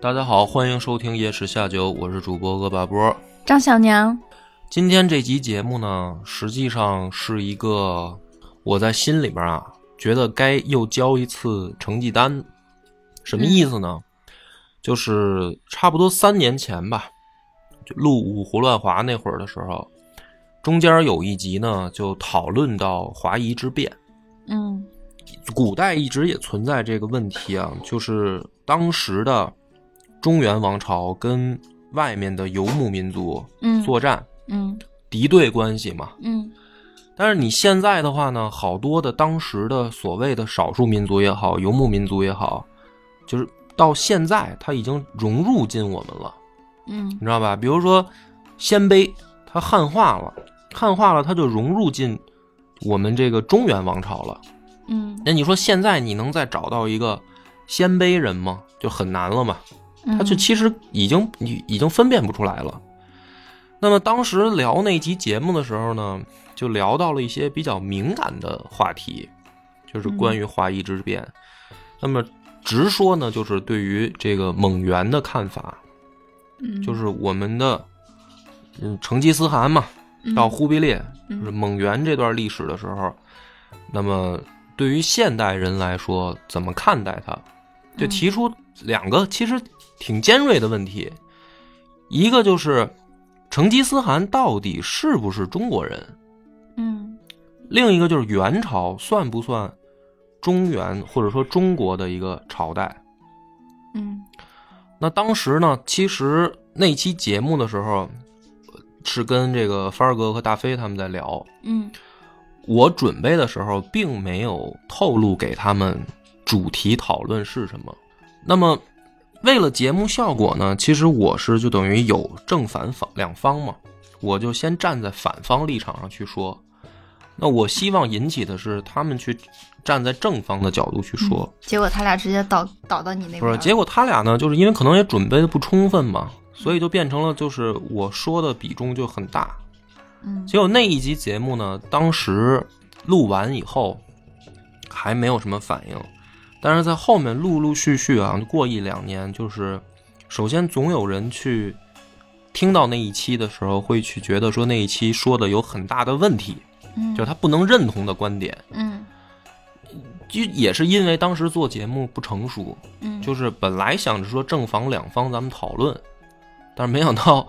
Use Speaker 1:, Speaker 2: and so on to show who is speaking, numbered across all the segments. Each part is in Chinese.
Speaker 1: 大家好，欢迎收听《野史下酒》，我是主播恶霸波。
Speaker 2: 张小娘，
Speaker 1: 今天这集节目呢，实际上是一个我在心里边啊，觉得该又交一次成绩单。什么意思呢？就是差不多三年前吧，就录《五胡乱华》那会儿的时候，中间有一集呢，就讨论到华夷之变。
Speaker 2: 嗯
Speaker 1: 古代一直也存在这个问题啊，就是当时的中原王朝跟外面的游牧民族
Speaker 2: 嗯
Speaker 1: 作战、
Speaker 2: 嗯
Speaker 1: 敌对关系嘛。
Speaker 2: 嗯
Speaker 1: 但是你现在的话呢，好多的当时的所谓的少数民族也好，游牧民族也好，就是到现在它已经融入进我们了，
Speaker 2: 嗯
Speaker 1: 你知道吧？比如说鲜卑，它汉化了，汉化了，它就融入进我们这个中原王朝了。
Speaker 2: 嗯，
Speaker 1: 那你说现在你能再找到一个鲜卑人吗？就很难了嘛。
Speaker 2: 嗯
Speaker 1: 他就其实已经已已经分辨不出来了。那么当时聊那集节目的时候呢，就聊到了一些比较敏感的话题，就是关于
Speaker 2: 嗯
Speaker 1: 华夷之变。那么直说呢，就是对于这个蒙元的看法，
Speaker 2: 嗯
Speaker 1: 就是我们的嗯成吉思汗嘛，到忽必烈，
Speaker 2: 嗯
Speaker 1: 就是蒙元这段历史的时候，那么对于现代人来说，怎么看待它？就提出两个其实挺尖锐的问题，一个就是成吉思汗到底是不是中国人，
Speaker 2: 嗯
Speaker 1: 另一个就是元朝算不算中原或者说中国的一个朝代？
Speaker 2: 嗯
Speaker 1: 那当时呢，其实那期节目的时候呃是跟这个帆儿哥和大飞他们在聊，
Speaker 2: 嗯
Speaker 1: 我准备的时候并没有透露给他们主题讨论是什么。那么，为了节目效果呢，其实我是就等于有正反方两方嘛，我就先站在反方立场上去说。那我希望引起的是他们去站在正方的角度去说，
Speaker 2: 结果他俩直接倒倒到你那边
Speaker 1: 不是？
Speaker 2: 了，
Speaker 1: 结果他俩呢，就是因为可能也准备的不充分嘛，所以就变成了就是我说的比重就很大。
Speaker 2: 嗯
Speaker 1: 结果那一集节目呢，当时录完以后还没有什么反应，但是在后面陆陆续续啊，过一两年，就是首先总有人去听到那一期的时候，会去觉得说那一期说的有很大的问题，
Speaker 2: 嗯
Speaker 1: 就是他不能认同的观点，
Speaker 2: 嗯
Speaker 1: 就也是因为当时做节目不成熟，
Speaker 2: 嗯
Speaker 1: 就是本来想着说正反两方咱们讨论，但是没想到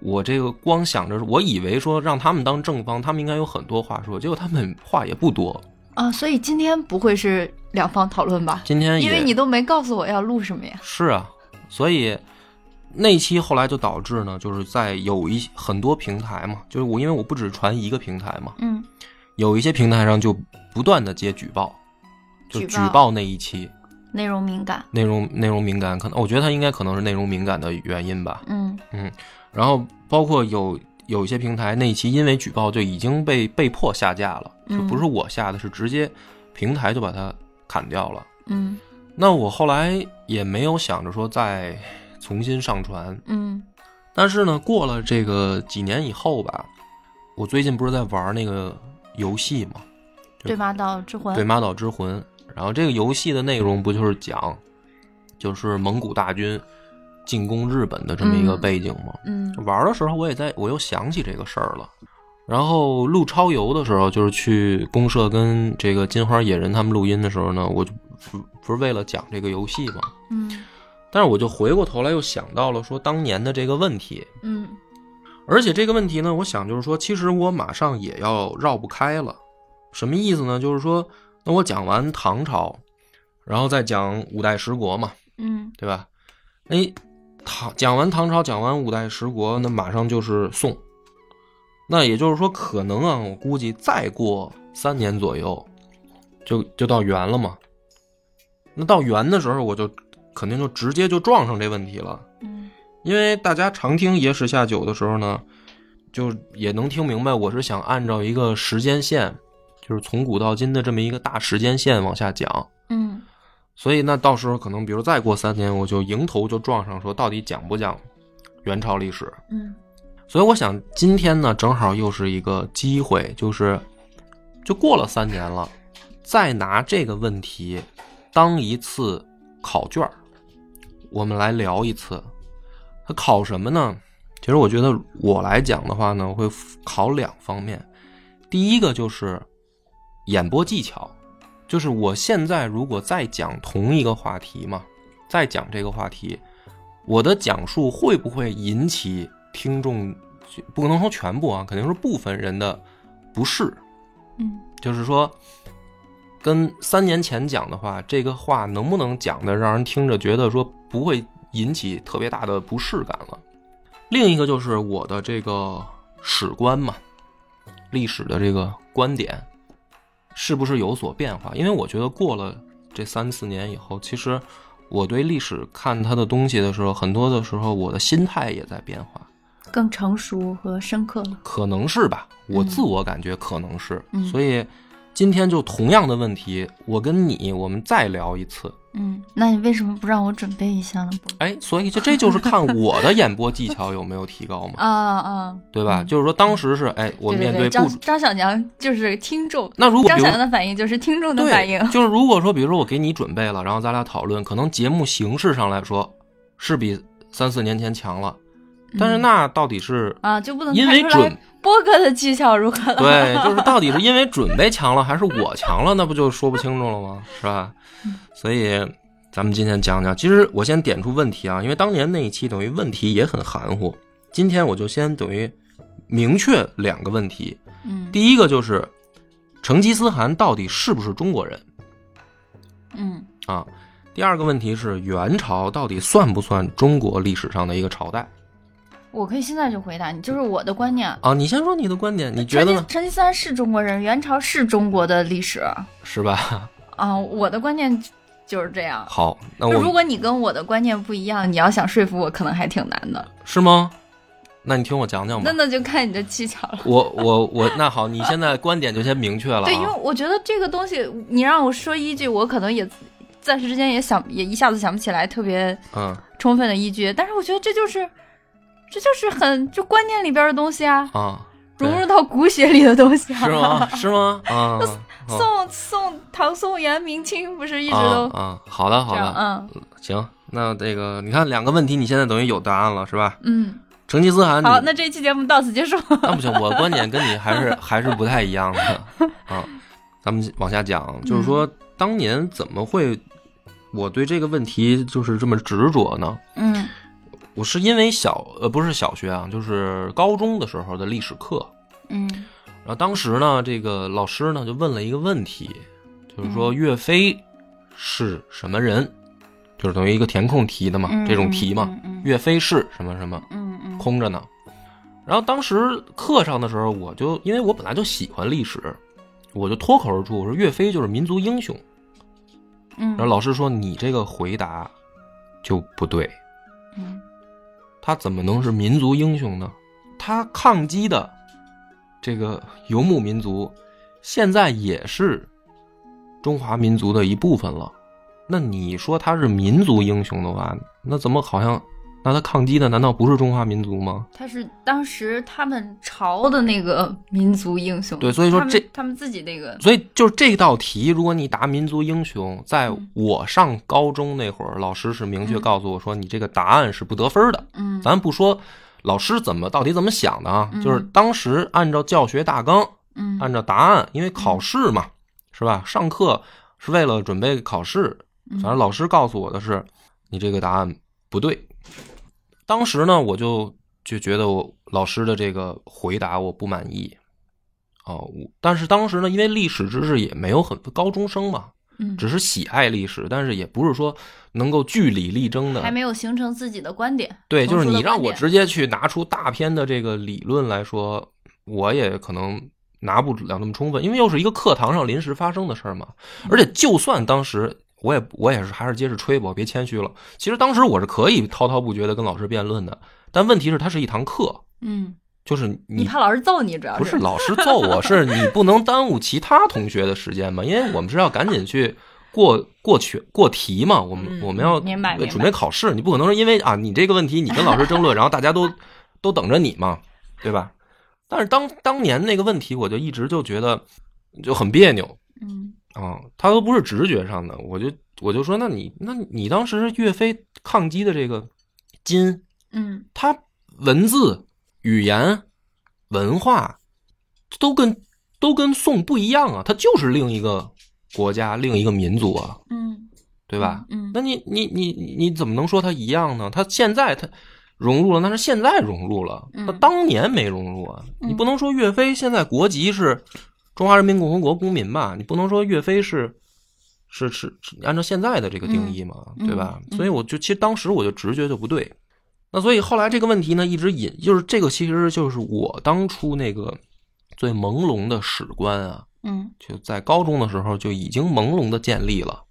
Speaker 1: 我这个光想着，我以为说让他们当正方，他们应该有很多话说，结果他们话也不多。
Speaker 2: 啊，所以今天不会是两方讨论吧？
Speaker 1: 今天也
Speaker 2: 因为你都没告诉我要录什么呀。
Speaker 1: 是啊，所以那期后来就导致呢，就是在有一很多平台嘛，就是我因为我不只传一个平台嘛，
Speaker 2: 嗯
Speaker 1: 有一些平台上就不断的接举报，就
Speaker 2: 举
Speaker 1: 举
Speaker 2: 报
Speaker 1: 报那一期
Speaker 2: 内容敏感。
Speaker 1: 内容内容敏感，可能我觉得他应该可能是内容敏感的原因吧。
Speaker 2: 嗯
Speaker 1: 然后包括有有一些平台那一期因为举报就已经被被迫下架了，就
Speaker 2: 嗯
Speaker 1: 不是我下的，是直接平台就把它砍掉了。
Speaker 2: 嗯
Speaker 1: 那我后来也没有想着说再重新上传，
Speaker 2: 嗯
Speaker 1: 但是呢，过了这个几年以后吧，我最近不是在玩那个游戏嘛，
Speaker 2: 对马岛之魂
Speaker 1: 对《马岛之魂》，然后这个游戏的内容不就是讲，就是蒙古大军进攻日本的这么一个
Speaker 2: 嗯
Speaker 1: 背景吗？
Speaker 2: 嗯
Speaker 1: 玩的时候，我也在我又想起这个事儿了。然后录超游的时候，就是去公社跟这个金花野人他们录音的时候呢，我就不不是为了讲这个游戏嘛，
Speaker 2: 嗯
Speaker 1: 但是我就回过头来又想到了说当年的这个问题，
Speaker 2: 嗯
Speaker 1: 而且这个问题呢，我想就是说，其实我马上也要绕不开了。什么意思呢？就是说，那我讲完唐朝，然后再讲五代十国嘛，
Speaker 2: 嗯
Speaker 1: 对吧？哎，唐讲完唐朝，讲完五代十国，那马上就是宋。那也就是说，可能啊，我估计再过三年左右，就就到元了嘛。那到元的时候，我就肯定就直接就撞上这问题了。
Speaker 2: 嗯
Speaker 1: 因为大家常听野史下酒的时候呢，就也能听明白，我是想按照一个时间线，就是从古到今的这么一个大时间线往下讲。
Speaker 2: 嗯
Speaker 1: 所以那到时候可能，比如再过三年，我就迎头就撞上，说到底讲不讲元朝历史？
Speaker 2: 嗯
Speaker 1: 所以我想今天呢，正好又是一个机会，就是就过了三年了，再拿这个问题当一次考卷儿，我们来聊一次。它考什么呢？其实我觉得我来讲的话呢，我会考两方面。第一个就是演播技巧，就是我现在如果再讲同一个话题嘛，再讲这个话题，我的讲述会不会引起听众，不能说全部啊，肯定是部分人的不适。
Speaker 2: 嗯
Speaker 1: 就是说，跟三年前讲的话，这个话能不能讲的让人听着觉得说不会引起特别大的不适感了？另一个就是我的这个史观嘛，历史的这个观点是不是有所变化？因为我觉得过了这三四年以后，其实我对历史看它的东西的时候，很多的时候我的心态也在变化。
Speaker 2: 更成熟和深刻了。
Speaker 1: 可能是吧，我
Speaker 2: 嗯
Speaker 1: 自我感觉可能是，
Speaker 2: 嗯
Speaker 1: 所以今天就同样的问题，我跟你我们再聊一次。
Speaker 2: 嗯，那你为什么不让我准备一下呢？不
Speaker 1: 哎，所以就这就是看我的演播技巧有没有提高 嘛，
Speaker 2: 啊啊！
Speaker 1: 对吧？
Speaker 2: 嗯
Speaker 1: 就是说当时是哎，我
Speaker 2: 对
Speaker 1: 面
Speaker 2: 对
Speaker 1: 不
Speaker 2: 张张小娘就是听众，
Speaker 1: 那如果
Speaker 2: 张
Speaker 1: 比
Speaker 2: 小
Speaker 1: 如
Speaker 2: 娘的反应就是听众的反应
Speaker 1: 对，。 就是如果说比如说我给你准备了，然后咱俩讨论，可能节目形式上来说是比三四年前强了，但是
Speaker 2: 嗯
Speaker 1: 那到底是
Speaker 2: 啊就不能
Speaker 1: 因
Speaker 2: 看
Speaker 1: 为
Speaker 2: 出
Speaker 1: 准
Speaker 2: 来波哥的技巧如 何了。
Speaker 1: 对，就是到底是因为准备强了，还是我强了，那不就说不清楚了吗？是吧？所以咱们今天讲讲，其实我先点出问题啊，因为当年那一期等于问题也很含糊，今天我就先等于明确两个问题。
Speaker 2: 嗯
Speaker 1: 第一个就是成吉思汗到底是不是中国人
Speaker 2: 嗯
Speaker 1: 啊？第二个问题是元朝到底算不算中国历史上的一个朝代
Speaker 2: 我可以现在就回答你，就是我的观念。
Speaker 1: 啊？你先说你的观点，你觉得
Speaker 2: 成
Speaker 1: 呢
Speaker 2: 吉？成吉思汗是中国人，元朝是中国的历史
Speaker 1: 是吧？
Speaker 2: 啊。我的观念就是这样。
Speaker 1: 好，那
Speaker 2: 就
Speaker 1: 我
Speaker 2: 如果你跟我的观念不一样，你要想说服我，可能还挺难的。
Speaker 1: 是吗？那你听我讲讲吧
Speaker 2: 那。那就看你的技巧了。
Speaker 1: 我我我，那好，你现在观点就先明确了、啊。
Speaker 2: 对，因为我觉得这个东西，你让我说依据，我可能也暂时之间也想也一下子想不起来特别
Speaker 1: 嗯
Speaker 2: 充分的依据，但是我觉得这就是这就是很就观念里边的东西啊，
Speaker 1: 啊，对
Speaker 2: 融入到骨血里的东西啊。
Speaker 1: 是吗？是吗？啊，啊
Speaker 2: 宋宋唐宋元明清不是一直
Speaker 1: 啊
Speaker 2: 都
Speaker 1: 啊，好的好
Speaker 2: 这样？嗯啊
Speaker 1: 的，行，那这个你看两个问题，你现在等于有答案了是吧？
Speaker 2: 嗯
Speaker 1: 成吉思汗，
Speaker 2: 嗯，好，
Speaker 1: 你
Speaker 2: 那这一期节目到此结束。
Speaker 1: 那不行，我观点跟你还是还是不太一样的啊。咱们往下讲，就是
Speaker 2: 嗯
Speaker 1: 说当年怎么会我对这个问题就是这么执着呢？
Speaker 2: 嗯
Speaker 1: 我是因为小呃不是小学啊，就是高中的时候的历史课，
Speaker 2: 嗯
Speaker 1: 然后当时呢，这个老师呢就问了一个问题，就是
Speaker 2: 嗯
Speaker 1: 说岳飞是什么人，就是等于一个填空题的嘛，
Speaker 2: 嗯，
Speaker 1: 啊这种题嘛，
Speaker 2: 嗯，嗯
Speaker 1: 岳飞是什么什么，
Speaker 2: 嗯嗯
Speaker 1: 空着呢。然后当时课上的时候，我就因为我本来就喜欢历史，我就脱口而出我说岳飞就是民族英雄。
Speaker 2: 嗯，
Speaker 1: 然后老师说你这个回答就不对，
Speaker 2: 嗯
Speaker 1: 他怎么能是民族英雄呢？他抗击的这个游牧民族，现在也是中华民族的一部分了。那你说他是民族英雄的话，那怎么好像？那他抗击的难道不是中华民族吗？
Speaker 2: 他是当时他们朝的那个民族英雄，啊
Speaker 1: 对所以说
Speaker 2: 他们
Speaker 1: 这
Speaker 2: 他们自己那个，
Speaker 1: 所以就是这道题，如果你答民族英雄，在
Speaker 2: 嗯
Speaker 1: 我上高中那会儿，老师是明确
Speaker 2: 嗯
Speaker 1: 告诉我说，你这个答案是不得分的。
Speaker 2: 嗯，
Speaker 1: 咱不说老师怎么到底怎么想的啊，
Speaker 2: 嗯
Speaker 1: 就是当时按照教学大纲，
Speaker 2: 嗯
Speaker 1: 按照答案，因为考试嘛，是吧？上课是为了准备考试，
Speaker 2: 嗯
Speaker 1: 反正老师告诉我的是，你这个答案不对。当时呢，我就就觉得我老师的这个回答我不满意，哦，我但是当时呢，因为历史知识也没有很高中生嘛，
Speaker 2: 嗯
Speaker 1: 只是喜爱历史，但是也不是说能够据理力争的，
Speaker 2: 还没有形成自己的观点，
Speaker 1: 对，
Speaker 2: 成
Speaker 1: 就是
Speaker 2: 熟的
Speaker 1: 你让
Speaker 2: 观
Speaker 1: 我
Speaker 2: 点
Speaker 1: 直接去拿出大篇的这个理论来说，我也可能
Speaker 2: 嗯
Speaker 1: 拿不了那么充分，因为又是一个课堂上临时发生的事儿嘛。而且就算当时我也我也是还是接着吹吧，别谦虚了。其实当时我是可以滔滔不绝的跟老师辩论的，但问题是它是一堂课，
Speaker 2: 嗯，
Speaker 1: 就是
Speaker 2: 你怕老师揍你，主要
Speaker 1: 不是老师揍我，是你不能耽误其他同学的时间嘛，因为我们是要赶紧去过过去过题嘛，我们、
Speaker 2: 嗯
Speaker 1: 我们要呃
Speaker 2: 明白明白
Speaker 1: 准备考试，你不可能说因为啊你这个问题你跟老师争 论，然后大家都都等着你嘛，对吧？但是当当年那个问题，我就一直就觉得就很别扭，
Speaker 2: 嗯
Speaker 1: 啊，他都不是直觉上的，我就我就说，那你那你当时岳飞抗击的这个金，
Speaker 2: 嗯
Speaker 1: 他文字、语言、文化都跟都跟宋不一样啊，他就是另一个国家、另一个民族啊，
Speaker 2: 嗯，
Speaker 1: 对吧？
Speaker 2: 嗯？
Speaker 1: 那你你你你你怎么能说它一样呢？它现在它融入了，那是现在融入了，
Speaker 2: 嗯
Speaker 1: 它当年没融入啊。
Speaker 2: 嗯
Speaker 1: 你不能说岳飞现在国籍是中华人民共和国公民吧？你不能说岳飞是是是是按照现在的这个定义嘛，
Speaker 2: 嗯
Speaker 1: 对吧？
Speaker 2: 嗯
Speaker 1: 所以我就其实当时我就直觉就不对。那所以后来这个问题呢，一直引就是这个，其实就是我当初那个最朦胧的史观啊，
Speaker 2: 嗯
Speaker 1: 就在高中的时候就已经朦胧的建立了，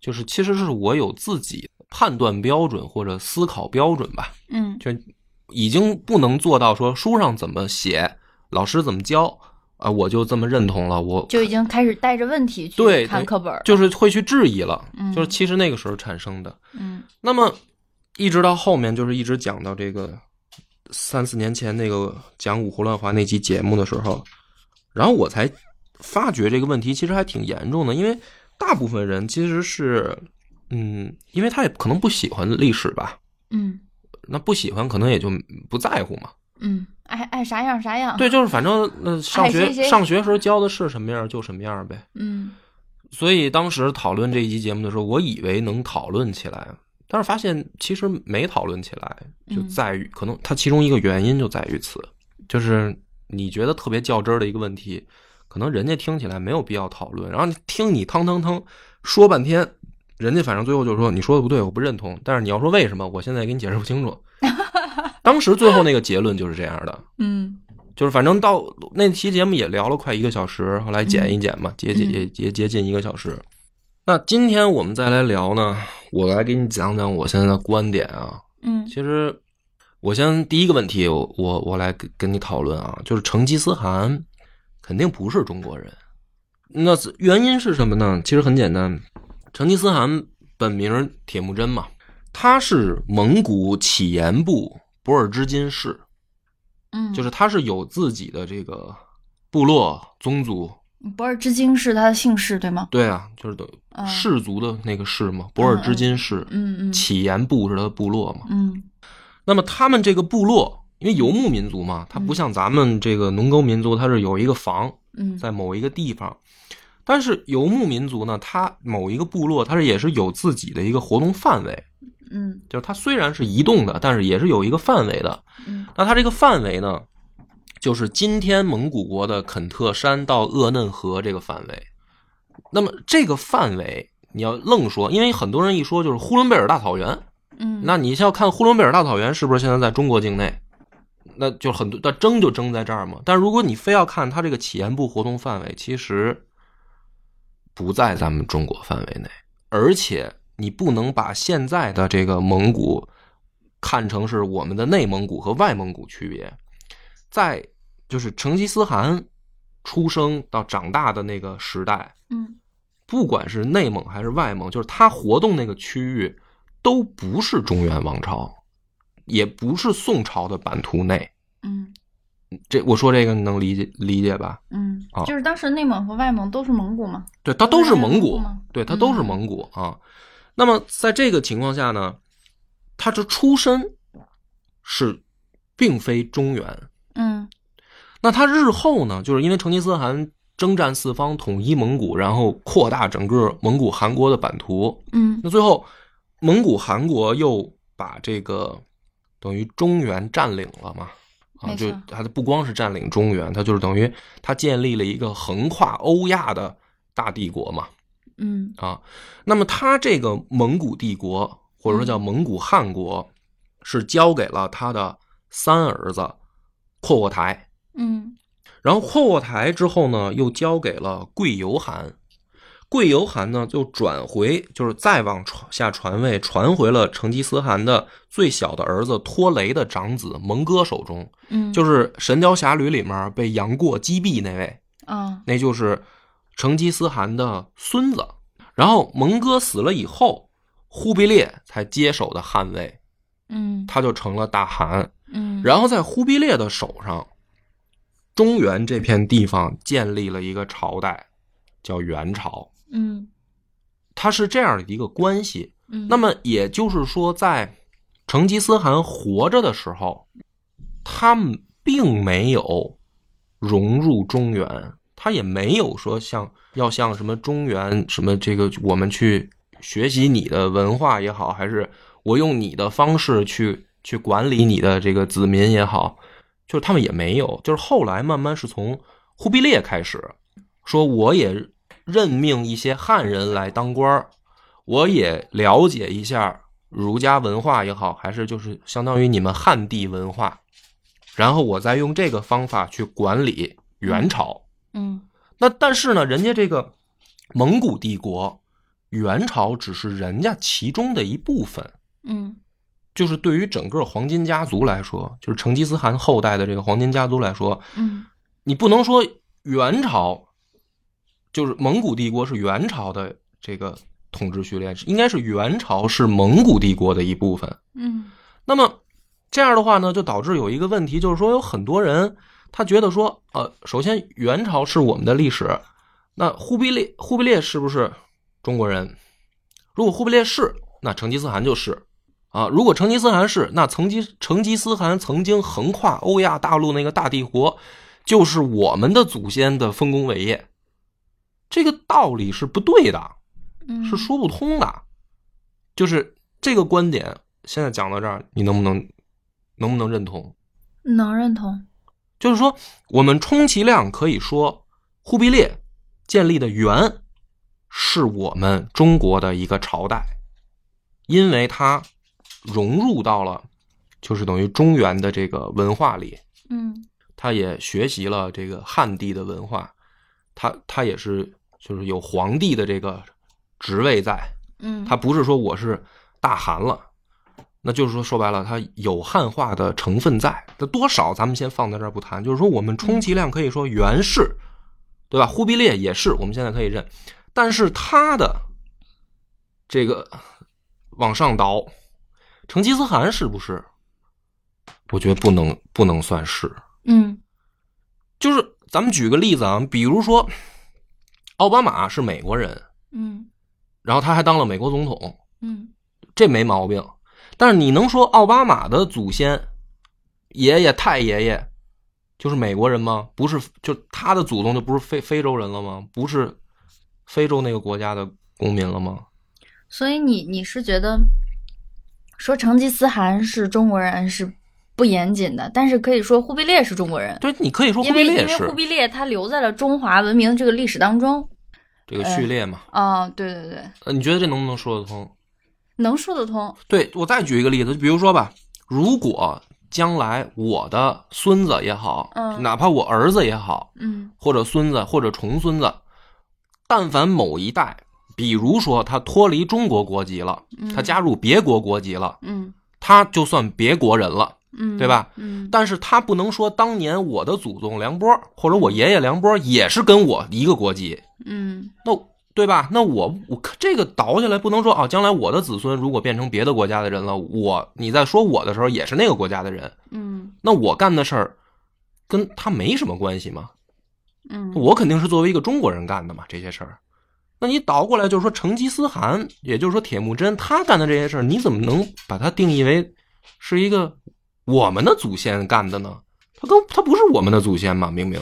Speaker 1: 就是其实是我有自己判断标准或者思考标准吧，
Speaker 2: 嗯
Speaker 1: 就已经不能做到说书上怎么写，老师怎么教啊，我就这么认同了，我
Speaker 2: 就已经开始带着问题去
Speaker 1: 对
Speaker 2: 看
Speaker 1: 对
Speaker 2: 课本儿，
Speaker 1: 就是会去质疑了
Speaker 2: 嗯，
Speaker 1: 就是其实那个时候产生的。
Speaker 2: 嗯
Speaker 1: 那么一直到后面就是一直讲到这个三四年前那个讲五胡乱华那期节目的时候，然后我才发觉这个问题其实还挺严重的，因为大部分人其实是，嗯，因为他也可能不喜欢历史吧，
Speaker 2: 嗯
Speaker 1: 那不喜欢可能也就不在乎嘛。
Speaker 2: 嗯，爱爱啥样啥样，
Speaker 1: 对，就是反正那上
Speaker 2: 哎谁
Speaker 1: 学
Speaker 2: 谁
Speaker 1: 上学时候教的是什么样就什么样呗。
Speaker 2: 嗯
Speaker 1: 所以当时讨论这一期节目的时候，我以为能讨论起来，但是发现其实没讨论起来，就
Speaker 2: 嗯
Speaker 1: 在于、可能它其中一个原因就在于此，就是你觉得特别较真儿的一个问题，可能人家听起来没有必要讨论，然后你听你腾腾腾说半天，人家反正最后就说你说的不对，我不认同，但是你要说为什么，我现在给你解释不清楚。 当时最后那个结论就是这样的，
Speaker 2: 嗯
Speaker 1: 就是反正到那期节目也聊了快一个小时，后来剪一剪嘛，接近
Speaker 2: 嗯
Speaker 1: 也也接近一个小时。那今天我们再来聊呢，我来给你讲讲我现在的观点啊。
Speaker 2: 嗯
Speaker 1: 其实我先第一个问题，我我我来跟跟你讨论啊，就是成吉思汗肯定不是中国人，那是原因是什么呢？其实很简单，成吉思汗本名铁木真嘛，他是蒙古乞颜部博尔之金氏。
Speaker 2: 嗯，
Speaker 1: 就是他是有自己的这个部落宗族，
Speaker 2: 博尔之金是他的姓氏对吗？
Speaker 1: 对啊，就是等于
Speaker 2: 嗯
Speaker 1: 氏族的那个氏嘛，博尔之金氏，
Speaker 2: 嗯嗯
Speaker 1: 乞颜部是他的部落嘛。
Speaker 2: 嗯
Speaker 1: 那么他们这个部落，因为游牧民族嘛，它不像咱们这个农耕民族，它是有一个房
Speaker 2: 嗯
Speaker 1: 在某一个地方。但是游牧民族呢，它某一个部落，它是也是有自己的一个活动范围，
Speaker 2: 嗯
Speaker 1: 就是它虽然是移动的，但是也是有一个范围的。
Speaker 2: 嗯
Speaker 1: 那它这个范围呢，就是今天蒙古国的肯特山到鄂嫩河这个范围。那么这个范围，你要愣说，因为很多人一说就是呼伦贝尔大草原，
Speaker 2: 嗯，
Speaker 1: 那你要看呼伦贝尔大草原是不是现在在中国境内，那就很多，那争就争在这儿嘛。但如果你非要看它这个起源部活动范围，其实不在咱们中国范围内，而且你不能把现在的这个蒙古看成是我们的内蒙古和外蒙古区别，在就是成吉思汗出生到长大的那个时代，
Speaker 2: 嗯
Speaker 1: 不管是内蒙还是外蒙，就是他活动那个区域，都不是中原王朝，也不是宋朝的版图内。
Speaker 2: 嗯
Speaker 1: 这我说这个你能理解理解吧？
Speaker 2: 嗯
Speaker 1: 啊，
Speaker 2: 就是当时内蒙和外蒙都是蒙古嘛，
Speaker 1: 对，它都是蒙古
Speaker 2: 中原王国吗，嗯
Speaker 1: 对，它都是蒙古啊。那么在这个情况下呢，他这出身是并非中原，
Speaker 2: 嗯
Speaker 1: 那他日后呢，就是因为成吉思汗征战四方，统一蒙古，然后扩大整个蒙古汗国的版图，
Speaker 2: 嗯
Speaker 1: 那最后，蒙古汗国又把这个等于中原占领了嘛？啊，
Speaker 2: 没
Speaker 1: 就
Speaker 2: 错
Speaker 1: 它不光是占领中原，它就是等于它建立了一个横跨欧亚的大帝国嘛。
Speaker 2: 嗯
Speaker 1: 啊，那么它这个蒙古帝国或
Speaker 2: 嗯
Speaker 1: 者说叫蒙古汗国，是交给了他的三儿子阔阔台。
Speaker 2: 嗯
Speaker 1: 然后阔阔台之后呢，又交给了贵由汗。贵由汗呢就转回，就是再往传下传位，传回了成吉思汗的最小的儿子拖雷的长子蒙哥手中，
Speaker 2: 嗯，
Speaker 1: 就是《神雕侠侣》里面被杨过击毙那位，
Speaker 2: 啊，
Speaker 1: 那就是成吉思汗的孙子。然后蒙哥死了以后，忽必烈才接手的汗位，
Speaker 2: 嗯
Speaker 1: 他就成了大汗。
Speaker 2: 嗯，
Speaker 1: 然后在忽必烈的手上，中原这片地方建立了一个朝代，叫元朝。
Speaker 2: 嗯
Speaker 1: 它是这样的一个关系。
Speaker 2: 嗯，
Speaker 1: 那么也就是说，在成吉思汗活着的时候，他们并没有融入中原，他也没有说像要像什么中原什么这个我们去学习你的文化也好，还是我用你的方式去去管理你的这个子民也好，就是他们也没有，就是后来慢慢是从忽必烈开始，说我也任命一些汉人来当官儿，我也了解一下儒家文化也好，还是就是相当于你们汉地文化，然后我再用这个方法去管理元朝。
Speaker 2: 嗯
Speaker 1: 那但是呢，人家这个蒙古帝国，元朝只是人家其中的一部分，
Speaker 2: 嗯
Speaker 1: 就是对于整个黄金家族来说，就是成吉思汗后代的这个黄金家族来说，
Speaker 2: 嗯
Speaker 1: 你不能说元朝就是蒙古帝国是元朝的这个统治序列，应该是元朝是蒙古帝国的一部分。
Speaker 2: 嗯
Speaker 1: 那么这样的话呢，就导致有一个问题，就是说有很多人他觉得说，呃，首先元朝是我们的历史，那忽必烈忽必烈是不是中国人？如果忽必烈是，那成吉思汗就是啊；如果成吉思汗是，那成吉成吉思汗曾经横跨欧亚大陆那个大帝国，就是我们的祖先的丰功伟业。这个道理是不对的，
Speaker 2: 嗯，
Speaker 1: 是说不通的。就是这个观点，现在讲到这儿，你能不能能不能认同？
Speaker 2: 能认同，
Speaker 1: 就是说，我们充其量可以说，忽必烈建立的元是我们中国的一个朝代，因为它融入到了，就是等于中原的这个文化里，
Speaker 2: 嗯
Speaker 1: 他也学习了这个汉地的文化，他他也是就是有皇帝的这个职位在，
Speaker 2: 嗯，
Speaker 1: 他不是说我是大韩了，那就是说说白了，它有汉化的成分在。那多少咱们先放在这儿不谈，就是说我们充其量可以说元氏，对吧？忽必烈也是，我们现在可以认，但是他的这个往上倒，成吉思汗是不是？我觉得不能不能算是，
Speaker 2: 嗯
Speaker 1: 就是咱们举个例子啊，比如说奥巴马是美国人，
Speaker 2: 嗯
Speaker 1: 然后他还当了美国总统，
Speaker 2: 嗯
Speaker 1: 这没毛病。但是你能说奥巴马的祖先爷爷太爷爷就是美国人吗？不是，就他的祖宗就不是非非洲人了吗？不是非洲那个国家的公民了吗？
Speaker 2: 所以你你是觉得说成吉思汗是中国人是不严谨的，但是可以说忽必烈是中国人，
Speaker 1: 对，你可以说忽
Speaker 2: 因
Speaker 1: 必
Speaker 2: 为因
Speaker 1: 烈
Speaker 2: 为
Speaker 1: 是
Speaker 2: 忽必烈他留在了中华文明这个历史当中。
Speaker 1: 这个序列嘛？
Speaker 2: 啊，对对对，
Speaker 1: 呃，你觉得这能不能说得通？
Speaker 2: 能说得通。
Speaker 1: 对我再举一个例子，就比如说吧，如果将来我的孙子也好，
Speaker 2: 嗯
Speaker 1: 哪怕我儿子也好，
Speaker 2: 嗯
Speaker 1: 或者孙子或者重孙子，但凡某一代，比如说他脱离中国国籍了，
Speaker 2: 嗯
Speaker 1: 他加入别国国籍了，
Speaker 2: 嗯
Speaker 1: 他就算别国人了。
Speaker 2: 嗯，
Speaker 1: 对吧？
Speaker 2: 嗯
Speaker 1: 但是他不能说当年我的祖宗梁波或者我爷爷梁波也是跟我一个国籍，
Speaker 2: 嗯
Speaker 1: 那对吧？那我我这个倒下来不能说啊，将来我的子孙如果变成别的国家的人了，我你在说我的时候也是那个国家的人，
Speaker 2: 嗯
Speaker 1: 那我干的事儿跟他没什么关系吗？
Speaker 2: 嗯，
Speaker 1: 我肯定是作为一个中国人干的嘛，这些事儿。那你倒过来就是说，成吉思汗，也就是说铁木真，他干的这些事儿，你怎么能把它定义为是一个我们的祖先干的呢？他跟他不是我们的祖先嘛，明明。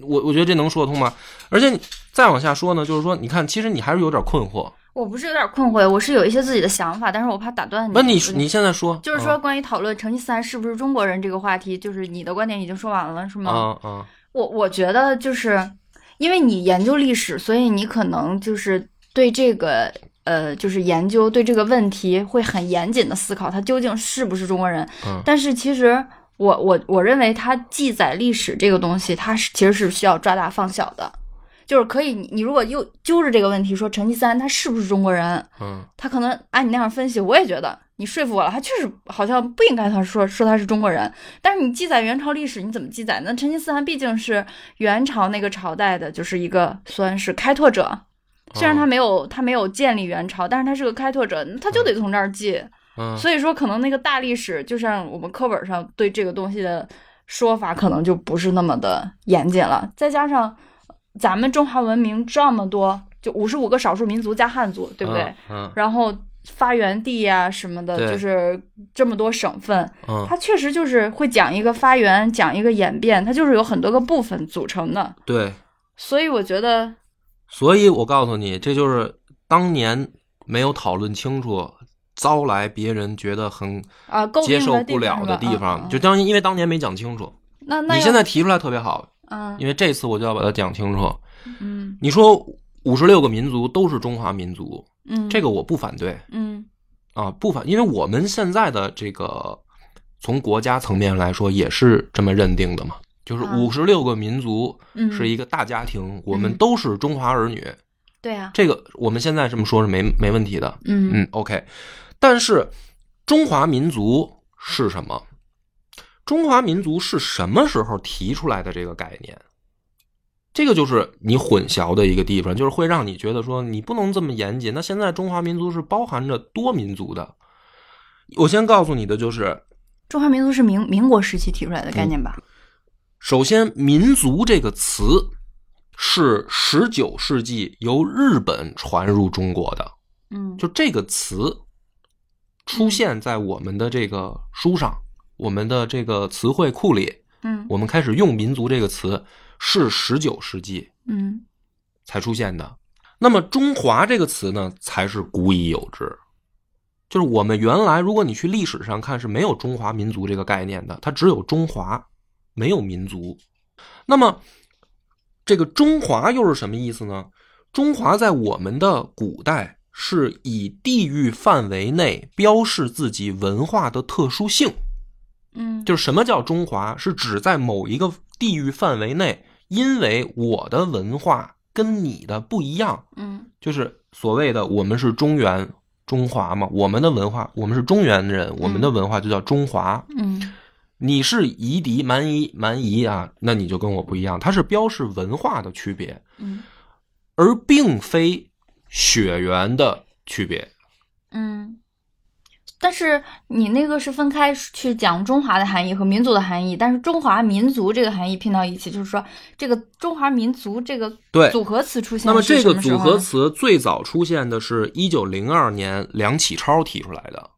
Speaker 1: 我我觉得这能说得通吗？而且你再往下说呢，就是说，你看，其实你还是有点困惑。
Speaker 2: 我不是有点困惑，我是有一些自己的想法，但是我怕打断你。
Speaker 1: 那你
Speaker 2: 我
Speaker 1: 你现嗯在说，
Speaker 2: 嗯就是说，关于讨论成吉思汗是不是中国人这个话题，就是你的观点已经说完了，是
Speaker 1: 啊
Speaker 2: 吗？
Speaker 1: 啊啊，
Speaker 2: 我我觉得就是因为你研究历史，所以你可能就是对这个呃，就是研究对这个问题会很严谨的思考，他究竟是不是中国人。
Speaker 1: 嗯
Speaker 2: 但是其实我我我认为，它记载历史这个东西，它是其实是需要抓大放小的。就是可以，你你如果又揪着这个问题说成吉思汗他是不是中国人，
Speaker 1: 嗯
Speaker 2: 他可能啊按你那样分析，我也觉得你说服我了，他确实好像不应该他说说他是中国人，但是你记载元朝历史你怎么记载呢？成吉思汗毕竟是元朝那个朝代的，就是一个算是开拓者，
Speaker 1: 哦
Speaker 2: 虽然他没有他没有建立元朝，但是他是个开拓者，他就得从这儿记。
Speaker 1: 嗯，
Speaker 2: 所以说，可能那个大历史，就像我们课本上对这个东西的说法，可能就不是那么的严谨了。再加上咱们中华文明这么多，就五十五个少数民族加汉族，对不对？
Speaker 1: 嗯？
Speaker 2: 然后发源地呀、什么的，
Speaker 1: 对
Speaker 2: 就是这么多省份，
Speaker 1: 嗯嗯，
Speaker 2: 它确实就是会讲一个发源，讲一个演变，它就是有很多个部分组成的。
Speaker 1: 对，
Speaker 2: 所以我觉得，
Speaker 1: 所以我告诉你，这就是当年没有讨论清楚，遭来别人觉得很
Speaker 2: 啊、诟病
Speaker 1: 接受
Speaker 2: 的地
Speaker 1: 不了的
Speaker 2: 方
Speaker 1: 地
Speaker 2: 是吧
Speaker 1: 方，
Speaker 2: 嗯
Speaker 1: 就当因为当年没讲清楚。
Speaker 2: 那那
Speaker 1: 你
Speaker 2: 要
Speaker 1: 现在提出来特别好，
Speaker 2: 嗯
Speaker 1: 因为这次我就要把它讲清楚。
Speaker 2: 嗯
Speaker 1: 你说五十六个民族都是中华民族，
Speaker 2: 嗯
Speaker 1: 这个我不反对
Speaker 2: 嗯
Speaker 1: 啊，不反，因为我们现在的这个从国家层面来说也是这么认定的嘛，就是
Speaker 2: 啊
Speaker 1: 五十六个民族
Speaker 2: 嗯
Speaker 1: 是一个大家庭，我们
Speaker 2: 嗯
Speaker 1: 都是中华儿女，
Speaker 2: 对啊
Speaker 1: 这个我们现在这么说是没没问题的。
Speaker 2: 嗯
Speaker 1: 嗯，OK。但是中华民族是什么？中华民族是什么时候提出来的这个概念？这个就是你混淆的一个地方，就是会让你觉得说你不能这么严谨。那现在中华民族是包含着多民族的。我先告诉你的就是，
Speaker 2: 中华民族是民民国时期提出来的
Speaker 1: 嗯
Speaker 2: 概念吧？
Speaker 1: 首先“民族”这个词是十九世纪由日本传入中国的，
Speaker 2: 嗯
Speaker 1: 就这个词出现在我们的这个书上，我们的这个词汇库里，
Speaker 2: 嗯
Speaker 1: 我们开始用“民族”这个词是十九世纪
Speaker 2: 嗯
Speaker 1: 才出现的。那么“中华”这个词呢，才是古已有之。就是我们原来，如果你去历史上看，是没有中华民族这个概念的，它只有中华，没有民族。那么，这个中华又是什么意思呢？中华在我们的古代是以地域范围内标示自己文化的特殊性。
Speaker 2: 嗯，
Speaker 1: 就是什么叫中华？是指在某一个地域范围内，因为我的文化跟你的不一样，
Speaker 2: 嗯
Speaker 1: 就是所谓的我们是中原中华嘛，我们的文化，我们是中原人，我们的文化就叫中华。
Speaker 2: 嗯
Speaker 1: 你是夷狄蛮夷蛮夷啊，那你就跟我不一样，它是标示文化的区别，
Speaker 2: 嗯
Speaker 1: 而并非血缘的区别。
Speaker 2: 嗯。但是你那个是分开去讲中华的含义和民族的含义，但是中华民族这个含义拼到一起，就是说这个中华民族这个
Speaker 1: 对
Speaker 2: 组合词出现
Speaker 1: 那么
Speaker 2: 是
Speaker 1: 这
Speaker 2: 什
Speaker 1: 个
Speaker 2: 么时
Speaker 1: 组
Speaker 2: 候呢，啊
Speaker 1: 合词最早出现的是一九零二年梁启超提出来的。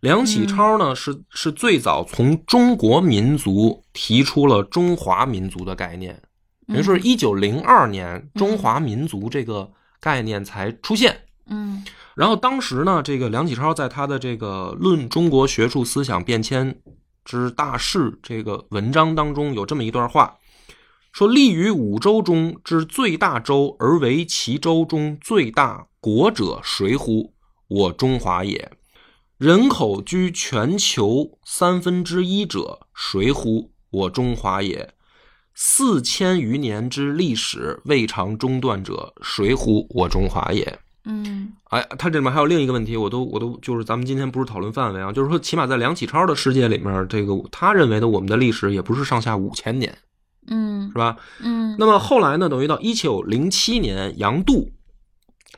Speaker 1: 梁
Speaker 2: 嗯
Speaker 1: 启超呢是是最早从中国民族提出了中华民族的概念，等于说
Speaker 2: 嗯
Speaker 1: 一九零二年中华民族这个概念才出现。
Speaker 2: 嗯
Speaker 1: 然后当时呢，这个梁启超在他的这个《论中国学术思想变迁之大势》这个文章当中有这么一段话，说：“立于五州中之最大州，而为其州中最大国者，谁乎？我中华也。人口居全球三分之一者，谁乎？我中华也。”四千余年之历史未尝中断者，谁乎？我中华也。
Speaker 2: 嗯
Speaker 1: 哎，他这里面还有另一个问题，我都我都就是咱们今天不是讨论范围啊，就是说，起码在梁启超的世界里面，这个他认为的我们的历史也不是上下五千年，
Speaker 2: 嗯
Speaker 1: 是吧？
Speaker 2: 嗯，
Speaker 1: 那么后来呢，等于到一九零七年，杨度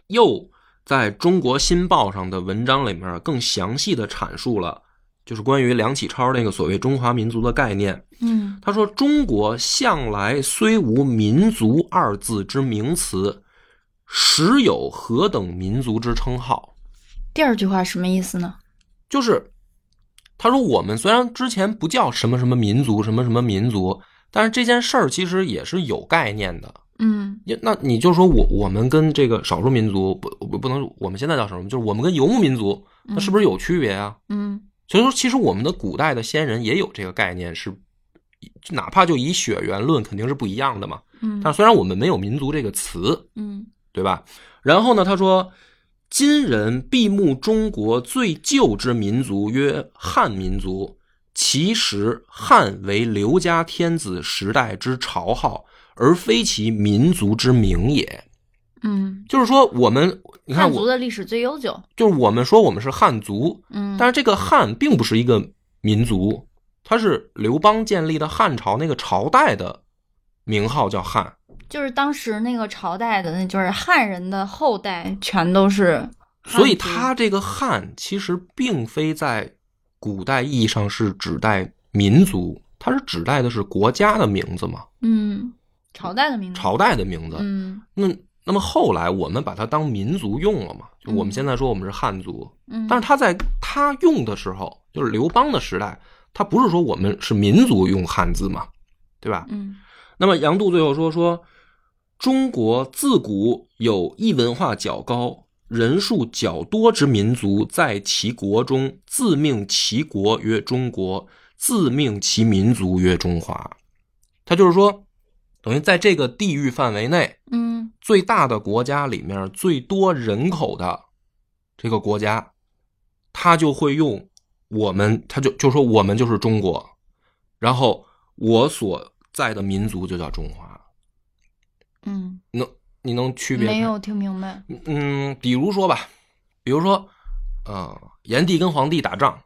Speaker 1: 又在中国新报上的文章里面更详细的阐述了，就是关于梁启超那个所谓中华民族的概念。
Speaker 2: 嗯
Speaker 1: 他说：“中国向来虽无‘民族’二字之名词，实有何等民族之称号。
Speaker 2: 第二句话什么意思呢？”
Speaker 1: 就是他说，我们虽然之前不叫什么什么民族、什么什么民族，但是这件事儿其实也是有概念的。
Speaker 2: 嗯
Speaker 1: 你那你就说我我们跟这个少数民族不不不能，我们现在叫什么？就是我们跟游牧民族，那是不是有区别啊？
Speaker 2: 嗯
Speaker 1: 所以说，其实我们的古代的先人也有这个概念，是哪怕就以血缘论，肯定是不一样的嘛。
Speaker 2: 嗯
Speaker 1: 但虽然我们没有“民族”这个词，
Speaker 2: 嗯
Speaker 1: 对吧？然后呢，他说，今人闭目中国最旧之民族曰汉民族，其实汉为刘家天子时代之朝号，而非其民族之名也。
Speaker 2: 嗯，
Speaker 1: 就是说，我们你看
Speaker 2: 汉族
Speaker 1: 我，
Speaker 2: 的历史最悠久。
Speaker 1: 就是我们说我们是汉族，
Speaker 2: 嗯，
Speaker 1: 但是这个汉并不是一个民族，它是刘邦建立的汉朝那个朝代的名号叫汉。
Speaker 2: 就是当时那个朝代的，那就是汉人的后代全都是汉族，
Speaker 1: 所以它这个汉其实并非在古代意义上是指代民族，它是指代的是国家的名字嘛，
Speaker 2: 嗯，朝代的名字，
Speaker 1: 朝代的名字。
Speaker 2: 嗯
Speaker 1: 那那么后来我们把它当民族用了嘛？就我
Speaker 2: 嗯
Speaker 1: 们现在说我们是汉族，
Speaker 2: 嗯，
Speaker 1: 但是他在他用的时候，就是刘邦的时代，他不是说我们是民族用汉字嘛，对吧？
Speaker 2: 嗯
Speaker 1: 那么杨度最后说说，中国自古有一文化较高、人数较多之民族，在其国中自命其国曰中国，自命其民族曰中华。他就是说，等于在这个地域范围内，
Speaker 2: 嗯
Speaker 1: 最大的国家里面最多人口的这个国家，他就会用我们，他就就说我们就是中国，然后我所在的民族就叫中华。
Speaker 2: 嗯，
Speaker 1: 你能区别开
Speaker 2: 没？有听明白，
Speaker 1: 嗯，比如说吧，比如说，呃，炎帝跟黄帝打仗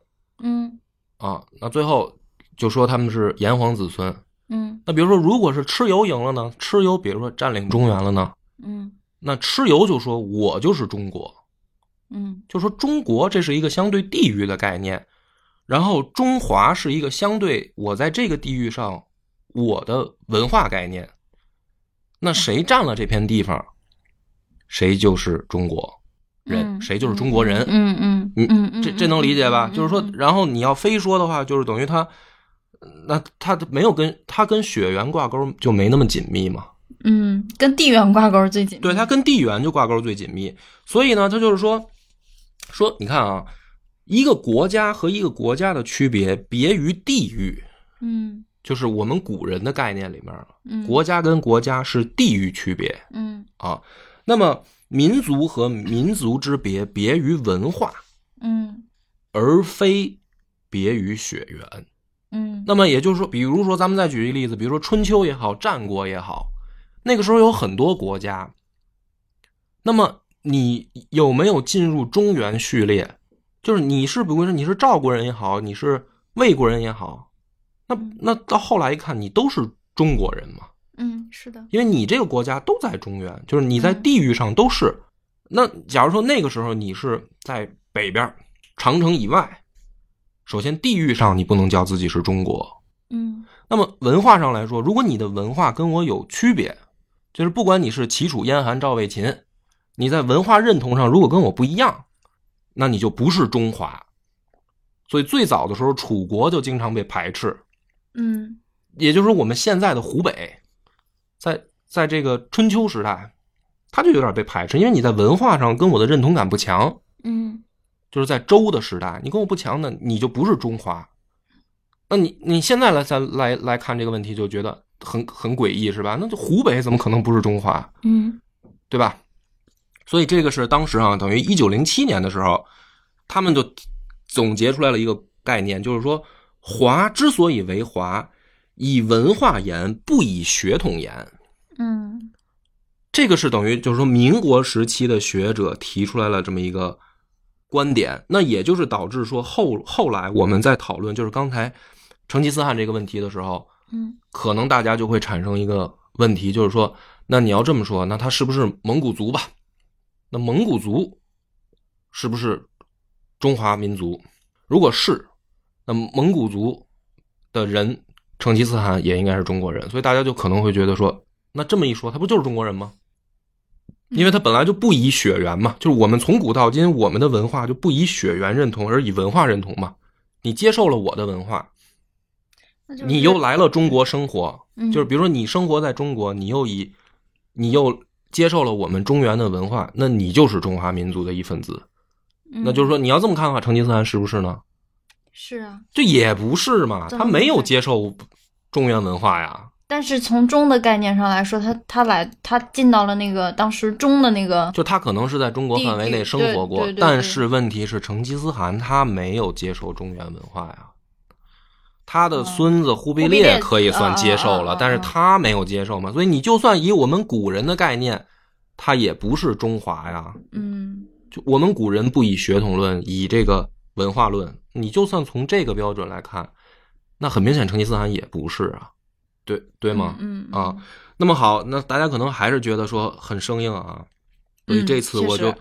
Speaker 2: 嗯
Speaker 1: 啊，那最后就说他们是炎黄子孙。
Speaker 2: 嗯
Speaker 1: 那比如说，如果是蚩尤赢了呢？蚩尤比如说占领中原了呢？
Speaker 2: 嗯
Speaker 1: 那蚩尤就说我就是中国。
Speaker 2: 嗯
Speaker 1: 就说中国这是一个相对地域的概念，然后中华是一个相对我在这个地域上我的文化概念。那谁占了这片地方，谁就是中国人，
Speaker 2: 嗯
Speaker 1: 谁就是中国人。
Speaker 2: 嗯嗯
Speaker 1: 嗯
Speaker 2: 嗯嗯，
Speaker 1: 这这能理解吧？
Speaker 2: 嗯
Speaker 1: 就是说，然后你要非说的话，就是等于他，呃那他没有跟他跟血缘挂钩就没那么紧密嘛。
Speaker 2: 嗯，跟地缘挂钩最紧密，
Speaker 1: 对，它跟地缘就挂钩最紧密。所以呢，它就是说，说你看啊，一个国家和一个国家的区别，别于地域，
Speaker 2: 嗯
Speaker 1: 就是我们古人的概念里面，啊
Speaker 2: 嗯
Speaker 1: 国家跟国家是地域区别
Speaker 2: 嗯
Speaker 1: 啊。那么民族和民族之别，别于文化，
Speaker 2: 嗯
Speaker 1: 而非别于血缘。
Speaker 2: 嗯，
Speaker 1: 那么也就是说，比如说咱们再举一个例子，比如说春秋也好，战国也好，那个时候有很多国家。那么你有没有进入中原序列？就是你是比如说你是赵国人也好，你是魏国人也好，那
Speaker 2: 嗯
Speaker 1: 那到后来一看，你都是中国人嘛，
Speaker 2: 嗯是的，
Speaker 1: 因为你这个国家都在中原，就是你在
Speaker 2: 嗯
Speaker 1: 地域上都是。那假如说那个时候你是在北边儿长城以外，首先地域上你不能叫自己是中国，
Speaker 2: 嗯
Speaker 1: 那么文化上来说，如果你的文化跟我有区别，就是不管你是齐楚燕韩赵魏秦，你在文化认同上如果跟我不一样，那你就不是中华。所以最早的时候，楚国就经常被排斥，
Speaker 2: 嗯
Speaker 1: 也就是说我们现在的湖北，在在这个春秋时代，它就有点被排斥，因为你在文化上跟我的认同感不强，
Speaker 2: 嗯
Speaker 1: 就是在周的时代，你跟我不强呢，你就不是中华。那你你现在来再来来看这个问题，就觉得很很诡异，是吧？那就湖北怎么可能不是中华，
Speaker 2: 嗯
Speaker 1: 对吧？所以这个是当时啊，等于一九零七年的时候，他们就总结出来了一个概念，就是说华之所以为华，以文化言，不以血统言。
Speaker 2: 嗯
Speaker 1: 这个是等于就是说民国时期的学者提出来了这么一个观点，那也就是导致说后后来我们在讨论就是刚才成吉思汗这个问题的时候，
Speaker 2: 嗯
Speaker 1: 可能大家就会产生一个问题，就是说，那你要这么说，那他是不是蒙古族吧？那蒙古族是不是中华民族？如果是，那蒙古族的人成吉思汗也应该是中国人，所以大家就可能会觉得说，那这么一说，他不就是中国人吗？因为他本来就不以血缘嘛，就是我们从古到今，我们的文化就不以血缘认同，而以文化认同嘛。你接受了我的文化，
Speaker 2: 那就是
Speaker 1: 你又来了中国生活，
Speaker 2: 嗯
Speaker 1: 就是比如说你生活在中国，你又以你又接受了我们中原的文化，那你就是中华民族的一份子。那就是
Speaker 2: 嗯
Speaker 1: 说，你要这么看的话，成吉思汗是不是呢？
Speaker 2: 是啊，
Speaker 1: 这也不是嘛，
Speaker 2: 怎
Speaker 1: 他
Speaker 2: 么
Speaker 1: 没
Speaker 2: 不
Speaker 1: 有
Speaker 2: 是
Speaker 1: 接受中原文化呀。
Speaker 2: 但是从中的概念上来说，他他来他进到了那个当时中的那个，
Speaker 1: 就他可能是在中国范围内生活过
Speaker 2: 地域对对对，对
Speaker 1: 但是问题是成吉思汗他没有接受中原文化呀。他的孙子忽必
Speaker 2: 哦忽必烈
Speaker 1: 烈可以算接受
Speaker 2: 啊啊啊
Speaker 1: 了
Speaker 2: 啊，
Speaker 1: 但是他没有接受嘛，所以你就算以我们古人的概念，他也不是中华呀。
Speaker 2: 嗯
Speaker 1: 就我们古人不以血统论，以这个文化论，你就算从这个标准来看，那很明显成吉思汗也不是啊，对对吗？
Speaker 2: 嗯
Speaker 1: 啊，那么好，那大家可能还是觉得说很生硬啊，所以
Speaker 2: 嗯
Speaker 1: 这次我
Speaker 2: 确
Speaker 1: 就、
Speaker 2: 实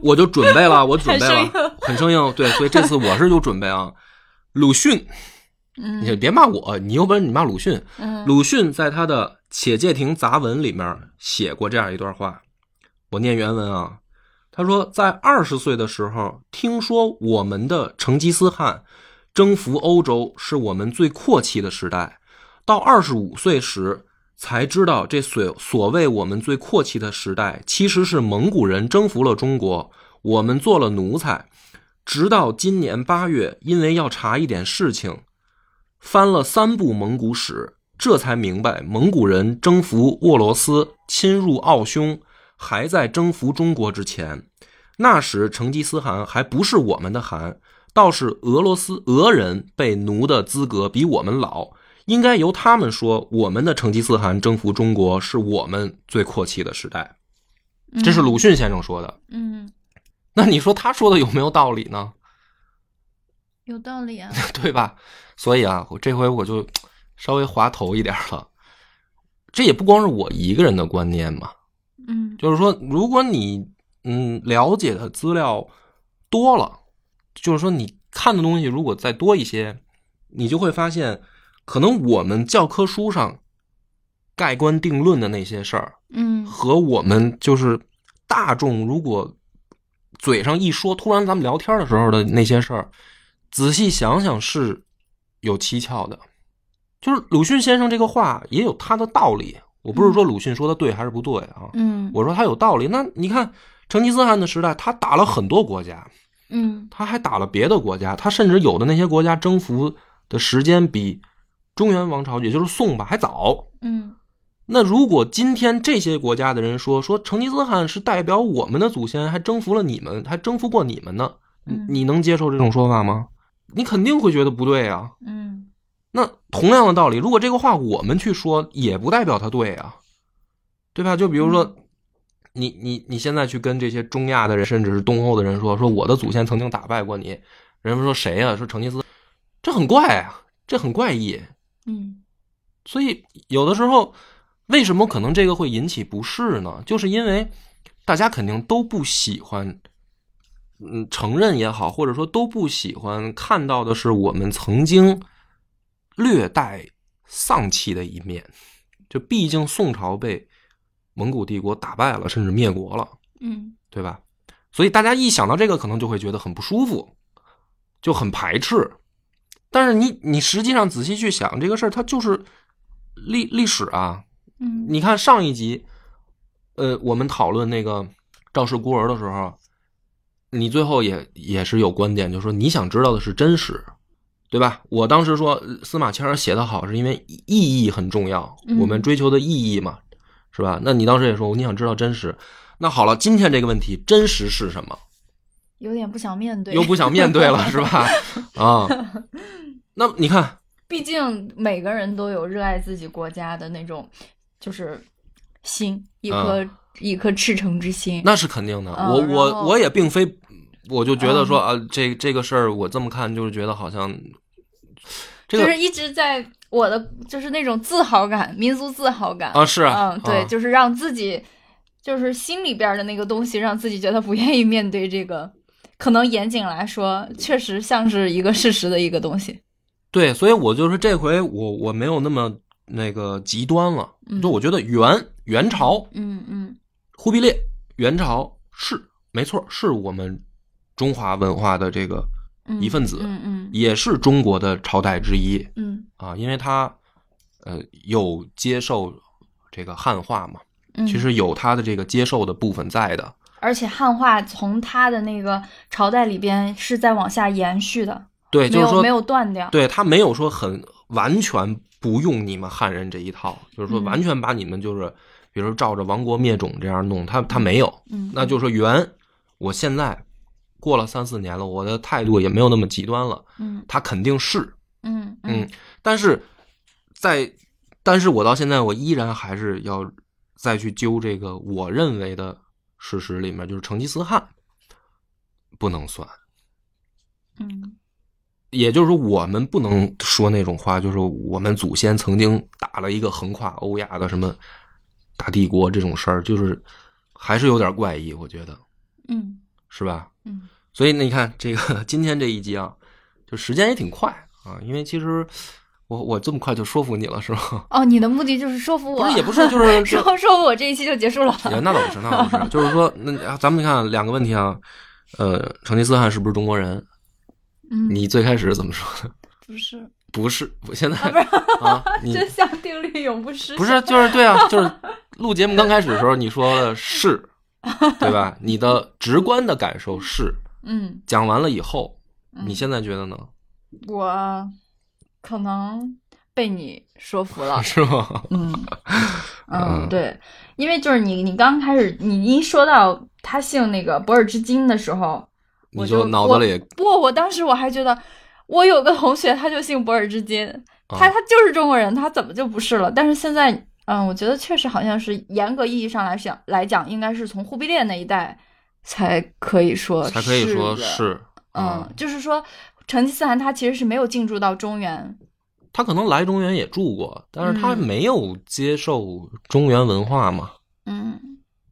Speaker 1: 我就准备 了，我准备
Speaker 2: 很生
Speaker 1: 了，很生硬，对，所以这次我是有准备啊。鲁迅，
Speaker 2: 嗯
Speaker 1: 你就别骂我，你有本事你骂鲁迅。
Speaker 2: 嗯
Speaker 1: 鲁迅在他的《且介亭杂文》里面写过这样一段话，我念原文啊。他说，在二十岁的时候，听说我们的成吉思汗征服欧洲是我们最阔气的时代，到二十五岁时才知道，这所所谓我们最阔气的时代，其实是蒙古人征服了中国，我们做了奴才。直到今年八月，因为要查一点事情，翻了三部蒙古史，这才明白蒙古人征服沃罗斯、侵入奥匈，还在征服中国之前。那时成吉思汗还不是我们的汗，倒是俄罗斯俄人被奴的资格比我们老，应该由他们说我们的成吉思汗征服中国是我们最阔气的时代。这是鲁迅先生说的。
Speaker 2: 嗯
Speaker 1: 那你说他说的有没有道理呢？
Speaker 2: 有 道理啊，
Speaker 1: 对吧？所以啊，我这回我就稍微滑头一点了。这也不光是我一个人的观念嘛，
Speaker 2: 嗯
Speaker 1: 就是说，如果你嗯了解的资料多了，就是说你看的东西如果再多一些，你就会发现，可能我们教科书上盖棺定论的那些事儿，
Speaker 2: 嗯
Speaker 1: 和我们就是大众如果嘴上一说，突然咱们聊天的时候的那些事儿，仔细想想是有蹊跷的。就是鲁迅先生这个话也有他的道理，我不是说鲁迅说的对还是不对啊，
Speaker 2: 嗯
Speaker 1: 我说他有道理。那你看成吉思汗的时代，他打了很多国家，
Speaker 2: 嗯
Speaker 1: 他还打了别的国家，他甚至有的那些国家征服的时间比中原王朝，也就是宋吧，还早。
Speaker 2: 嗯
Speaker 1: 那如果今天这些国家的人说说成吉思汗是代表我们的祖先，还征服了你们，还征服过你们呢，你
Speaker 2: 嗯
Speaker 1: 你能接受这种说法吗？你肯定会觉得不对啊。
Speaker 2: 嗯
Speaker 1: 那同样的道理，如果这个话我们去说，也不代表他对啊，对吧？就比如说，你你你现在去跟这些中亚的人，甚至是东欧的人说，说我的祖先曾经打败过你，人们说谁呀、说成吉思汗，这很怪啊，这很怪异。
Speaker 2: 嗯
Speaker 1: 所以有的时候，为什么可能这个会引起不适呢？就是因为大家肯定都不喜欢，嗯，承认也好，或者说都不喜欢看到的是我们曾经略带丧气的一面。就毕竟宋朝被蒙古帝国打败了，甚至灭国了，
Speaker 2: 嗯
Speaker 1: 对吧？所以大家一想到这个，可能就会觉得很不舒服，就很排斥。但是你你实际上仔细去想这个事儿，它就是历历史啊。
Speaker 2: 嗯
Speaker 1: 你看上一集，呃，我们讨论那个赵氏孤儿的时候，你最后也也是有观点，就是说你想知道的是真实，对吧？我当时说呃司马迁儿写得好，是因为意义很重要，
Speaker 2: 嗯
Speaker 1: 我们追求的意义嘛，是吧？那你当时也说你想知道真实。那好了，今天这个问题真实是什么？
Speaker 2: 有点不想面对，
Speaker 1: 又不想面对 了，是吧？啊，那你看，
Speaker 2: 毕竟每个人都有热爱自己国家的那种，就是心，一颗、一颗赤诚之心。
Speaker 1: 嗯那是肯定的。
Speaker 2: 嗯
Speaker 1: 我
Speaker 2: 然
Speaker 1: 我
Speaker 2: 后嗯
Speaker 1: 我也并非，我就觉得说、啊，这这个事儿我这么看，就是觉得好像这个
Speaker 2: 就是一直在我的就是那种自豪感，民族自豪感。
Speaker 1: 啊是啊
Speaker 2: 嗯，对，
Speaker 1: 啊
Speaker 2: 就是让自己就是心里边儿的那个东西，让自己觉得不愿意面对这个。可能严谨来说，确实像是一个事实的一个东西。
Speaker 1: 对，所以我就是这回我我没有那么那个极端了，就我觉得元元朝
Speaker 2: 嗯嗯
Speaker 1: 忽必烈元朝是没错，是我们中华文化的这个
Speaker 2: 嗯，
Speaker 1: 一份子
Speaker 2: 嗯嗯
Speaker 1: 也是中国的朝代之一。
Speaker 2: 嗯
Speaker 1: 啊，因为他呃有接受这个汉化嘛，
Speaker 2: 嗯，
Speaker 1: 其实有他的这个接受的部分在的。
Speaker 2: 而且汉化从它的那个朝代里边是在往下延续的，
Speaker 1: 对，
Speaker 2: 没
Speaker 1: 就是
Speaker 2: 有
Speaker 1: 说
Speaker 2: 没，有断掉。
Speaker 1: 对他没有说很完全不用你们汉人这一套，就是说
Speaker 2: 嗯
Speaker 1: 完全把你们就是，比如说照着亡国灭种这样弄，他他没有。
Speaker 2: 嗯，
Speaker 1: 那就是说元，我现在过了三四年了，我的态度也没有那么极端了，
Speaker 2: 嗯
Speaker 1: 他肯定是。
Speaker 2: 嗯
Speaker 1: 嗯，但是在，但是我到现在我依然还是要再去揪这个我认为的事实里面，就是成吉思汗不能算，
Speaker 2: 嗯
Speaker 1: 也就是说我们不能说那种话，就是我们祖先曾经打了一个横跨欧亚的什么大帝国这种事儿，就是还是有点怪异，我觉得
Speaker 2: 嗯
Speaker 1: 是吧？
Speaker 2: 嗯
Speaker 1: 所以呢，你看这个 今天这一集啊，就时间也挺快啊，因为其实我我这么快就说服你了是吧？
Speaker 2: 哦，你的目的就是说服我，
Speaker 1: 不 是也不是，就是
Speaker 2: 说
Speaker 1: 就
Speaker 2: 说服我这一期就结束了。
Speaker 1: 也那倒不是，那倒不是，就是说那啊咱们看两个问题啊，呃，成吉思汗是不是中国人？
Speaker 2: 嗯，
Speaker 1: 你最开始怎么说的？
Speaker 2: 不是，
Speaker 1: 不是，我现在啊， 你
Speaker 2: 真相定律永不失效。
Speaker 1: 不是就是对啊，就是录节目刚开始的时候你说的是，对吧？你的直观的感受是，
Speaker 2: 嗯，
Speaker 1: 讲完了以后，
Speaker 2: 嗯
Speaker 1: 你现在觉得呢？。
Speaker 2: 我可能被你说服了
Speaker 1: 啊是吗？
Speaker 2: 嗯
Speaker 1: 嗯
Speaker 2: 嗯，对，因为就是你，你刚开始你一说到他姓那个博尔之金的时候，
Speaker 1: 你
Speaker 2: 我
Speaker 1: 就
Speaker 2: 就
Speaker 1: 脑子里
Speaker 2: 不，我当时我还觉得，我有个同学他就姓博尔之金，
Speaker 1: 啊
Speaker 2: 他他就是中国人，他怎么就不是了？但是现在，嗯，我觉得确实好像是严格意义上来讲来讲，应该是从忽必烈那一代才可以说
Speaker 1: 才可以说
Speaker 2: 的
Speaker 1: 是，
Speaker 2: 嗯，
Speaker 1: 啊
Speaker 2: 就是说成吉思汗他其实是没有进驻到中原，
Speaker 1: 他可能来中原也住过，但是他
Speaker 2: 嗯
Speaker 1: 没有接受中原文化嘛，
Speaker 2: 嗯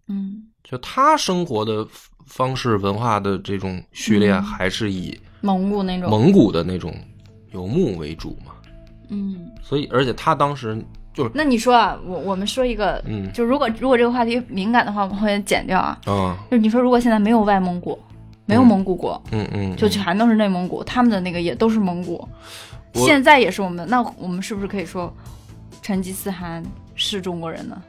Speaker 2: 嗯，
Speaker 1: 就他生活的方式、文化的这种序列，
Speaker 2: 嗯
Speaker 1: 还是以
Speaker 2: 蒙古那种，
Speaker 1: 蒙古的那种游牧为主嘛。
Speaker 2: 嗯，
Speaker 1: 所以，而且他当时就是，
Speaker 2: 那你说啊，我我们说一个，
Speaker 1: 嗯
Speaker 2: 就如果如果这个话题敏感的话，我们会剪掉啊。
Speaker 1: 啊，
Speaker 2: 就是你说，如果现在没有外蒙古，没有
Speaker 1: 嗯
Speaker 2: 蒙古国，
Speaker 1: 嗯嗯，
Speaker 2: 就全都是内蒙古，他们的那个也都是蒙古，
Speaker 1: 我
Speaker 2: 现在也是我们的。那我们是不是可以说，成吉思汗是中国人呢？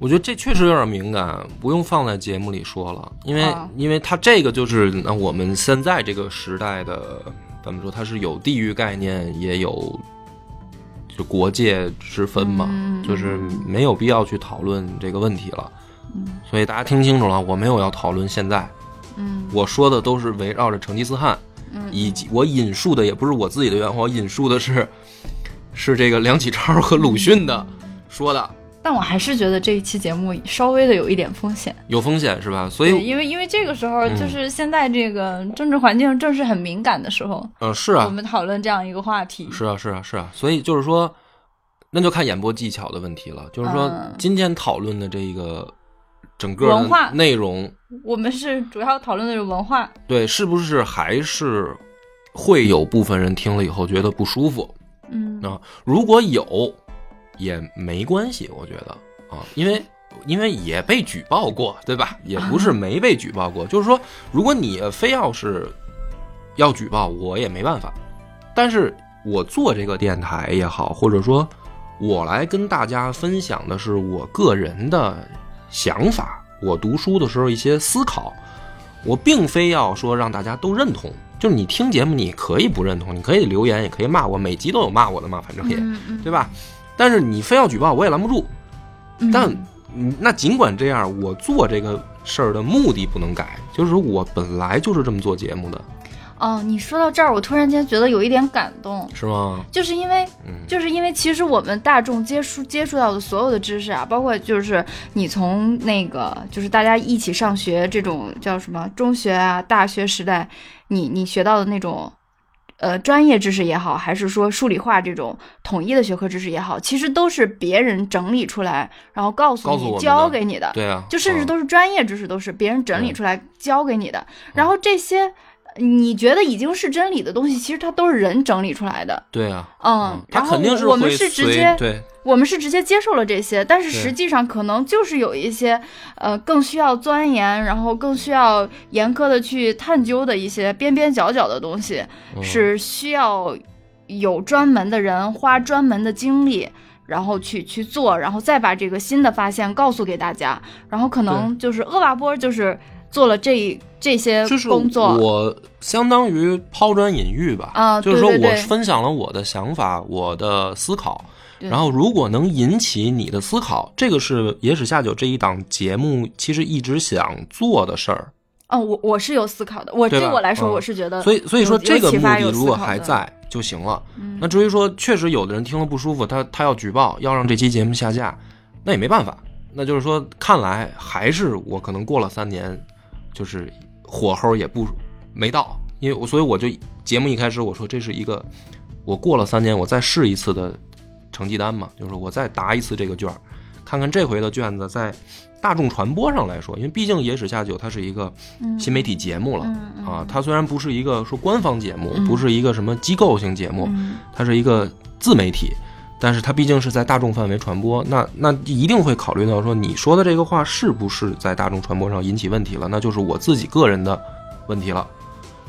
Speaker 1: 我觉得这确实有点敏感，不用放在节目里说了，因为、
Speaker 2: 啊
Speaker 1: 因为它这个就是那我们现在这个时代的怎么说，它是有地域概念，也有就国界之分嘛，
Speaker 2: 嗯
Speaker 1: 就是没有必要去讨论这个问题了。
Speaker 2: 嗯
Speaker 1: 所以大家听清楚了，我没有要讨论现在，
Speaker 2: 嗯
Speaker 1: 我说的都是围绕着成吉思汗，
Speaker 2: 嗯
Speaker 1: 以及我引述的也不是我自己的原话，我引述的是是这个梁启超和鲁迅的说的，
Speaker 2: 但我还是觉得这一期节目稍微的有一点风险，
Speaker 1: 有风险是吧？所以
Speaker 2: 对，因为因为这个时候
Speaker 1: 嗯
Speaker 2: 就是现在这个政治环境正是很敏感的时候，
Speaker 1: 呃，是啊
Speaker 2: 我，们讨论这样一个话题，
Speaker 1: 是啊，是啊，是啊，所以就是说，那就看演播技巧的问题了。就是说
Speaker 2: 嗯，
Speaker 1: 今天讨论的这个整个
Speaker 2: 文化
Speaker 1: 的内容，
Speaker 2: 我们是主要讨论的是文化，
Speaker 1: 对，是不是还是会有部分人听了以后觉得不舒服？
Speaker 2: 嗯
Speaker 1: 啊，如果有，也没关系，我觉得啊，因为因为也被举报过，对吧？也不是没被举报过，就是说，如果你非要是要举报，我也没办法。但是我做这个电台也好，或者说我来跟大家分享的是我个人的想法，我读书的时候一些思考。我并非要说让大家都认同，就是你听节目，你可以不认同，你可以留言，也可以骂我，每集都有骂我的嘛，反正也，
Speaker 2: 嗯嗯
Speaker 1: 对吧？但是你非要举报，我也拦不住。
Speaker 2: 嗯
Speaker 1: 但嗯那尽管这样，我做这个事儿的目的不能改，就是我本来就是这么做节目的，
Speaker 2: 哦，你说到这儿，我突然间觉得有一点感动，
Speaker 1: 是吗？
Speaker 2: 就是因为
Speaker 1: 嗯，
Speaker 2: 就是因为其实我们大众接触接触到的所有的知识啊，包括就是你从那个就是大家一起上学这种叫什么中学啊、大学时代，你你学到的那种。呃，专业知识也好，还是说数理化这种统一的学科知识也好，其实都是别人整理出来，然后告诉
Speaker 1: 告诉我
Speaker 2: 你、
Speaker 1: 们的
Speaker 2: 教给你的。
Speaker 1: 对啊，
Speaker 2: 就甚至
Speaker 1: 嗯
Speaker 2: 都是专业知识，都是别人整理
Speaker 1: 嗯
Speaker 2: 出来教给你的。然后这些你觉得已经是真理的东西，其实它都是人整理出来的。
Speaker 1: 对啊，
Speaker 2: 嗯，
Speaker 1: 他
Speaker 2: 然后
Speaker 1: 肯定是
Speaker 2: 我们
Speaker 1: 会
Speaker 2: 是直
Speaker 1: 随
Speaker 2: 接
Speaker 1: 对
Speaker 2: 我们是直接接受了这些，但是
Speaker 1: 对
Speaker 2: 实际上可能就是有一些呃更需要钻研，然后更需要严苛的去探究的一些边边角角的东西，
Speaker 1: 嗯
Speaker 2: 是需要有专门的人花专门的精力，然后去去做，然后再把这个新的发现告诉给大家。然后可能就是厄瓦波就是做了这这些
Speaker 1: 嗯就是
Speaker 2: 工作，
Speaker 1: 我相当于抛砖引玉吧，
Speaker 2: 啊
Speaker 1: 就是说
Speaker 2: 对对
Speaker 1: 我
Speaker 2: 对
Speaker 1: 分享了我的想法，我的思考，
Speaker 2: 对
Speaker 1: 然后如果能引起你的思考，这个是《野史下酒》这一档节目其实一直想做的事儿，
Speaker 2: 嗯，我我是有思考的，我
Speaker 1: 对
Speaker 2: 对
Speaker 1: 吧
Speaker 2: 我来说，
Speaker 1: 嗯
Speaker 2: 我是觉得，
Speaker 1: 所以所以说
Speaker 2: 呃有
Speaker 1: 这个
Speaker 2: 有启
Speaker 1: 目
Speaker 2: 发
Speaker 1: 的
Speaker 2: 有
Speaker 1: 如
Speaker 2: 思
Speaker 1: 果
Speaker 2: 考
Speaker 1: 还
Speaker 2: 的
Speaker 1: 在就行了。
Speaker 2: 嗯
Speaker 1: 那至于说确实有的人听了不舒服，他他要举报，要让这期节目下架，那也没办法。那就是说，看来还是我可能过了三年，就是火候也不没到，因为我所以我就节目一开始我说这是一个我过了三年我再试一次的成绩单嘛，就是我再答一次这个卷儿，看看这回的卷子在大众传播上来说，因为毕竟《野史下酒》它是一个
Speaker 2: 嗯
Speaker 1: 新媒体节目了。
Speaker 2: 嗯嗯
Speaker 1: 啊，它虽然不是一个说官方节目，
Speaker 2: 嗯
Speaker 1: 不是一个什么机构性节目，
Speaker 2: 嗯
Speaker 1: 它是一个自媒体，但是它毕竟是在大众范围传播，那那一定会考虑到说你说的这个话是不是在大众传播上引起问题了，那就是我自己个人的问题了。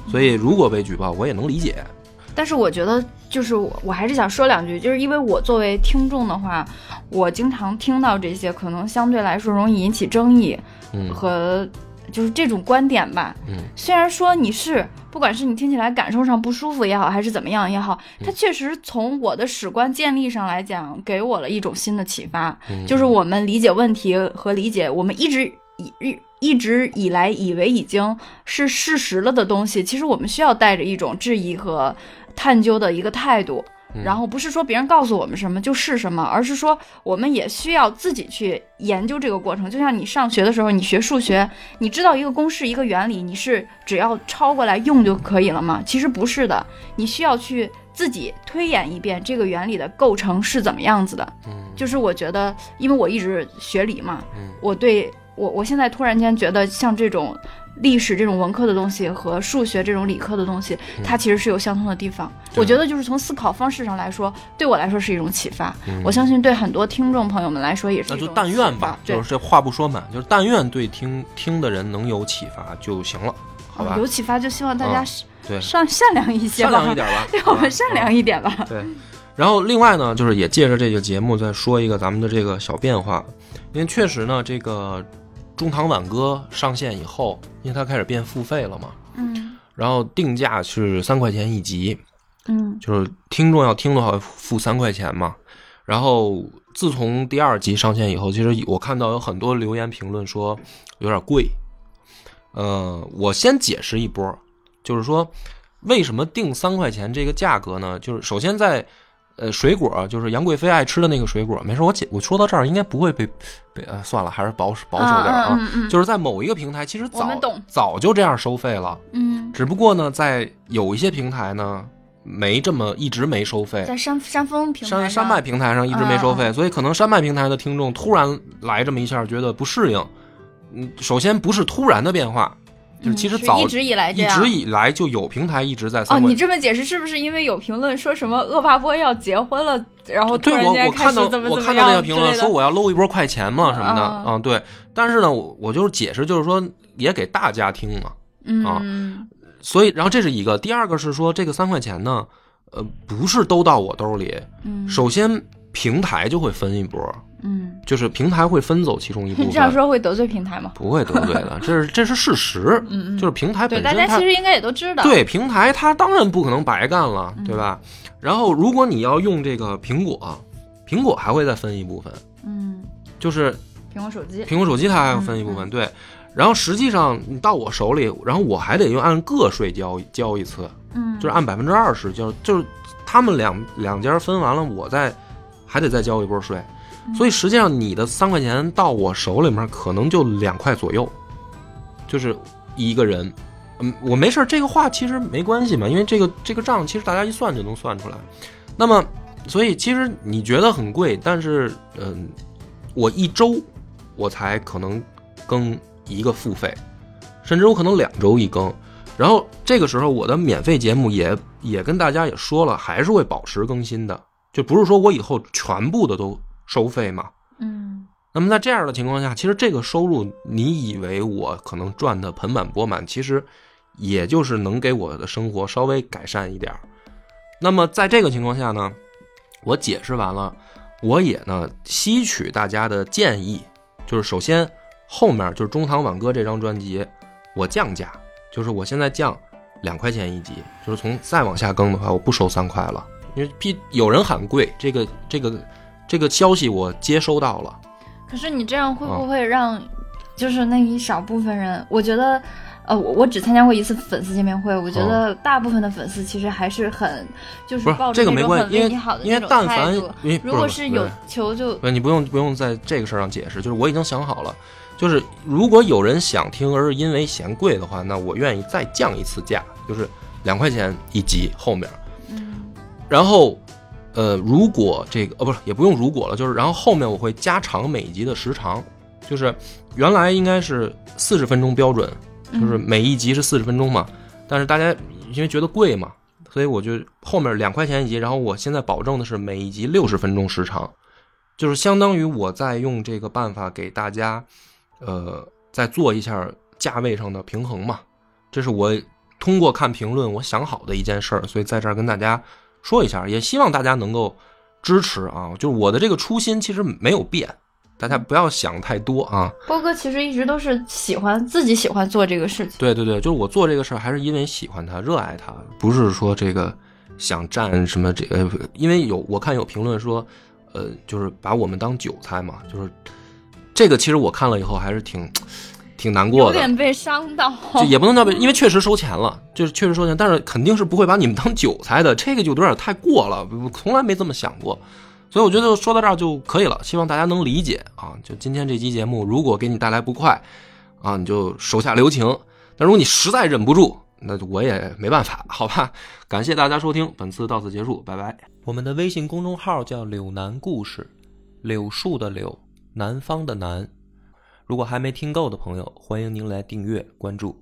Speaker 1: 所以如果被举报，我也能理解。
Speaker 2: 但是我觉得，就是我我还是想说两句，就是因为我作为听众的话，我经常听到这些，可能相对来说容易引起争议
Speaker 1: 嗯
Speaker 2: 和就是这种观点吧。
Speaker 1: 嗯，
Speaker 2: 虽然说你是不管是你听起来感受上不舒服也好，还是怎么样也好，
Speaker 1: 嗯
Speaker 2: 它确实从我的史观建立上来讲，给我了一种新的启发，
Speaker 1: 嗯
Speaker 2: 就是我们理解问题和理解我们一直以一一直以来以为已经是事实了的东西，其实我们需要带着一种质疑和探究的一个态度。然后不是说别人告诉我们什么就是什么，而是说我们也需要自己去研究这个过程。就像你上学的时候，你学数学，你知道一个公式一个原理，你是只要抄过来用就可以了吗？其实不是的，你需要去自己推演一遍这个原理的构成是怎么样子的。
Speaker 1: 嗯
Speaker 2: 就是我觉得，因为我一直学理嘛，
Speaker 1: 嗯
Speaker 2: 我对我我现在突然间觉得，像这种历史这种文科的东西和数学这种理科的东西，它其实是有相通的地方。
Speaker 1: 嗯对
Speaker 2: 我觉得就是从思考方式上来说，对我来说是一种启发。
Speaker 1: 嗯
Speaker 2: 我相信对很多听众朋友们来说也是
Speaker 1: 那
Speaker 2: 一种
Speaker 1: 就
Speaker 2: 启发。
Speaker 1: 但愿吧，
Speaker 2: 对，
Speaker 1: 就是这话不说满，就是但愿对听听的人能有启发就行了，好吧
Speaker 2: 有？启发，就希望大家
Speaker 1: 嗯
Speaker 2: 是
Speaker 1: 对，
Speaker 2: 善善良一些
Speaker 1: 善
Speaker 2: 吧，
Speaker 1: 良一点吧，
Speaker 2: 对
Speaker 1: 好
Speaker 2: 我
Speaker 1: 吧
Speaker 2: 们善
Speaker 1: 嗯
Speaker 2: 良一点吧。
Speaker 1: 对，然后另外呢，就是也借着这个节目再说一个咱们的这个小变化，因为确实呢，这个中堂挽歌上线以后，因为它开始变付费了嘛，
Speaker 2: 嗯
Speaker 1: 然后定价是三块钱一集，
Speaker 2: 嗯
Speaker 1: 就是听众要听的话付三块钱嘛。然后自从第二集上线以后，其实我看到有很多留言评论说有点贵。呃，我先解释一波，就是说为什么定三块钱这个价格呢？就是首先在呃水果，就是杨贵妃爱吃的那个水果，没事，我解我说到这儿应该不会被被呃算了，还是保守保守点啊。
Speaker 2: 嗯嗯嗯嗯
Speaker 1: 就是在某一个平台，其实
Speaker 2: 我
Speaker 1: 早
Speaker 2: 们懂
Speaker 1: 早就这样收费了，
Speaker 2: 嗯，
Speaker 1: 只不过呢，在有一些平台呢，没这么一直没收费。
Speaker 2: 在山山峰平台
Speaker 1: 山
Speaker 2: 上
Speaker 1: 山脉平台上一直没收费，
Speaker 2: 嗯
Speaker 1: 所以可能山脉平台的听众突然来这么一下，觉得不适应。嗯，首先不是突然的变化，就是其实
Speaker 2: 嗯
Speaker 1: 早、
Speaker 2: 一直以来这
Speaker 1: 一
Speaker 2: 样
Speaker 1: 直。以来就有平台一直在
Speaker 2: 哦，
Speaker 1: 三块
Speaker 2: 你这么解释是不是因为有评论说什么恶霸波要结婚了，然后突
Speaker 1: 对
Speaker 2: 然
Speaker 1: 我
Speaker 2: 间
Speaker 1: 我
Speaker 2: 开
Speaker 1: 看到
Speaker 2: 始怎么
Speaker 1: 我
Speaker 2: 怎么
Speaker 1: 看到那
Speaker 2: 样
Speaker 1: 个
Speaker 2: 之
Speaker 1: 评
Speaker 2: 类
Speaker 1: 论
Speaker 2: 的
Speaker 1: 说我要搂一波快钱嘛什么的
Speaker 2: 啊
Speaker 1: 啊，对。但是呢，我我就是解释，就是说也给大家听嘛，啊
Speaker 2: 嗯
Speaker 1: 所以，然后这是一个，第二个是说这个三块钱呢，呃，不是都到我兜里。
Speaker 2: 嗯
Speaker 1: 首先，平台就会分一波，
Speaker 2: 嗯，
Speaker 1: 就是平台会分走其中一部分。
Speaker 2: 这样说会得罪平台吗？
Speaker 1: 不会得罪 的，这是这是事实。
Speaker 2: 嗯嗯
Speaker 1: 就是平台
Speaker 2: 对，
Speaker 1: 本
Speaker 2: 大
Speaker 1: 身
Speaker 2: 家
Speaker 1: 它
Speaker 2: 其实应该也都知道。，嗯
Speaker 1: 对平台它当然不可能白干了，对吧？然后，如果你要用这个苹果，苹果还会再分一部分，
Speaker 2: 嗯，
Speaker 1: 就是
Speaker 2: 苹果手机，
Speaker 1: 苹果手机它还要分一
Speaker 2: 嗯
Speaker 1: 部分，对。然后实际上你到我手里，然后我还得用按个税交交一次，
Speaker 2: 嗯，
Speaker 1: 就是按百分之二十，就是就是他们两两家分完了，我再还得再交一波税，
Speaker 2: 嗯
Speaker 1: 所以实际上你的三块钱到我手里面可能就两块左右，就是一个人。嗯，我没事儿，这个话其实没关系嘛，因为这个这个账其实大家一算就能算出来。那么，所以其实你觉得很贵，但是嗯，我一周我才可能更一个付费，甚至我可能两周一更。然后这个时候，我的免费节目也也跟大家也说了，还是会保持更新的，就不是说我以后全部的都收费嘛。
Speaker 2: 嗯
Speaker 1: 那么在这样的情况下，其实这个收入，你以为我可能赚的盆满钵满，其实也就是能给我的生活稍微改善一点儿。那么在这个情况下呢，我解释完了，我也呢吸取大家的建议，就是首先后面就是中堂挽歌这张专辑，我降价，就是我现在降两块钱一集，就是从再往下更的话，我不收三块了，因为必有人喊贵，这个这个这个消息我接收到了。啊
Speaker 2: 可是你这样会不会让，就是那一少部分人，我觉得，呃，我我只参加过一次粉丝见面会，我觉
Speaker 1: 哦
Speaker 2: 得大部分的粉丝其实还是很就是
Speaker 1: 不是
Speaker 2: 抱着
Speaker 1: 这个
Speaker 2: 那
Speaker 1: 没
Speaker 2: 种
Speaker 1: 关
Speaker 2: 很
Speaker 1: 系，因
Speaker 2: 为
Speaker 1: 为
Speaker 2: 你好的
Speaker 1: 因为
Speaker 2: 那种
Speaker 1: 但
Speaker 2: 态
Speaker 1: 凡
Speaker 2: 度。
Speaker 1: 因为
Speaker 2: 如
Speaker 1: 不
Speaker 2: 果
Speaker 1: 是
Speaker 2: 是
Speaker 1: 不
Speaker 2: 有求就
Speaker 1: 不，你不用不用在这个事儿上解释，就是我已经想好了，就是如果有人想听，而是因为嫌贵的话，那我愿意再降一次价，就是两块钱一集后面。
Speaker 2: 嗯
Speaker 1: 然后，呃，如果这个哦不是也不用如果了，就是然后后面我会加长每一集的时长，就是原来应该是四十分钟标准，
Speaker 2: 嗯
Speaker 1: 就是每一集是四十分钟嘛，但是大家因为觉得贵嘛，所以我就后面两块钱一集，然后我现在保证的是每一集六十分钟时长，就是相当于我在用这个办法给大家，呃，再做一下价位上的平衡嘛，这是我通过看评论我想好的一件事儿，所以在这儿跟大家说一下，也希望大家能够支持啊，就是我的这个初心其实没有变，大家不要想太多啊。
Speaker 2: 波哥其实一直都是喜欢自己喜欢做这个事情，
Speaker 1: 对对对，就是我做这个事儿，还是因为喜欢它、热爱它，不是说这个想占什么这个。因为有我看有评论说，呃，就是把我们当韭菜嘛，就是这个。其实我看了以后还是挺挺难过
Speaker 2: 有
Speaker 1: 的，
Speaker 2: 点被伤到。
Speaker 1: 就也不能叫被，因为确实收钱了，就是确实收钱，但是肯定是不会把你们当韭菜的，这个就有点太过了，我从来没这么想过。所以我觉得说到这儿就可以了，希望大家能理解啊。就今天这期节目，如果给你带来不快啊，你就手下留情；但如果你实在忍不住，那我也没办法，好吧？感谢大家收听，本次到此结束，拜拜。我们的微信公众号叫“柳南故事”，柳树的柳，南方的南。如果还没听够的朋友，欢迎您来订阅关注。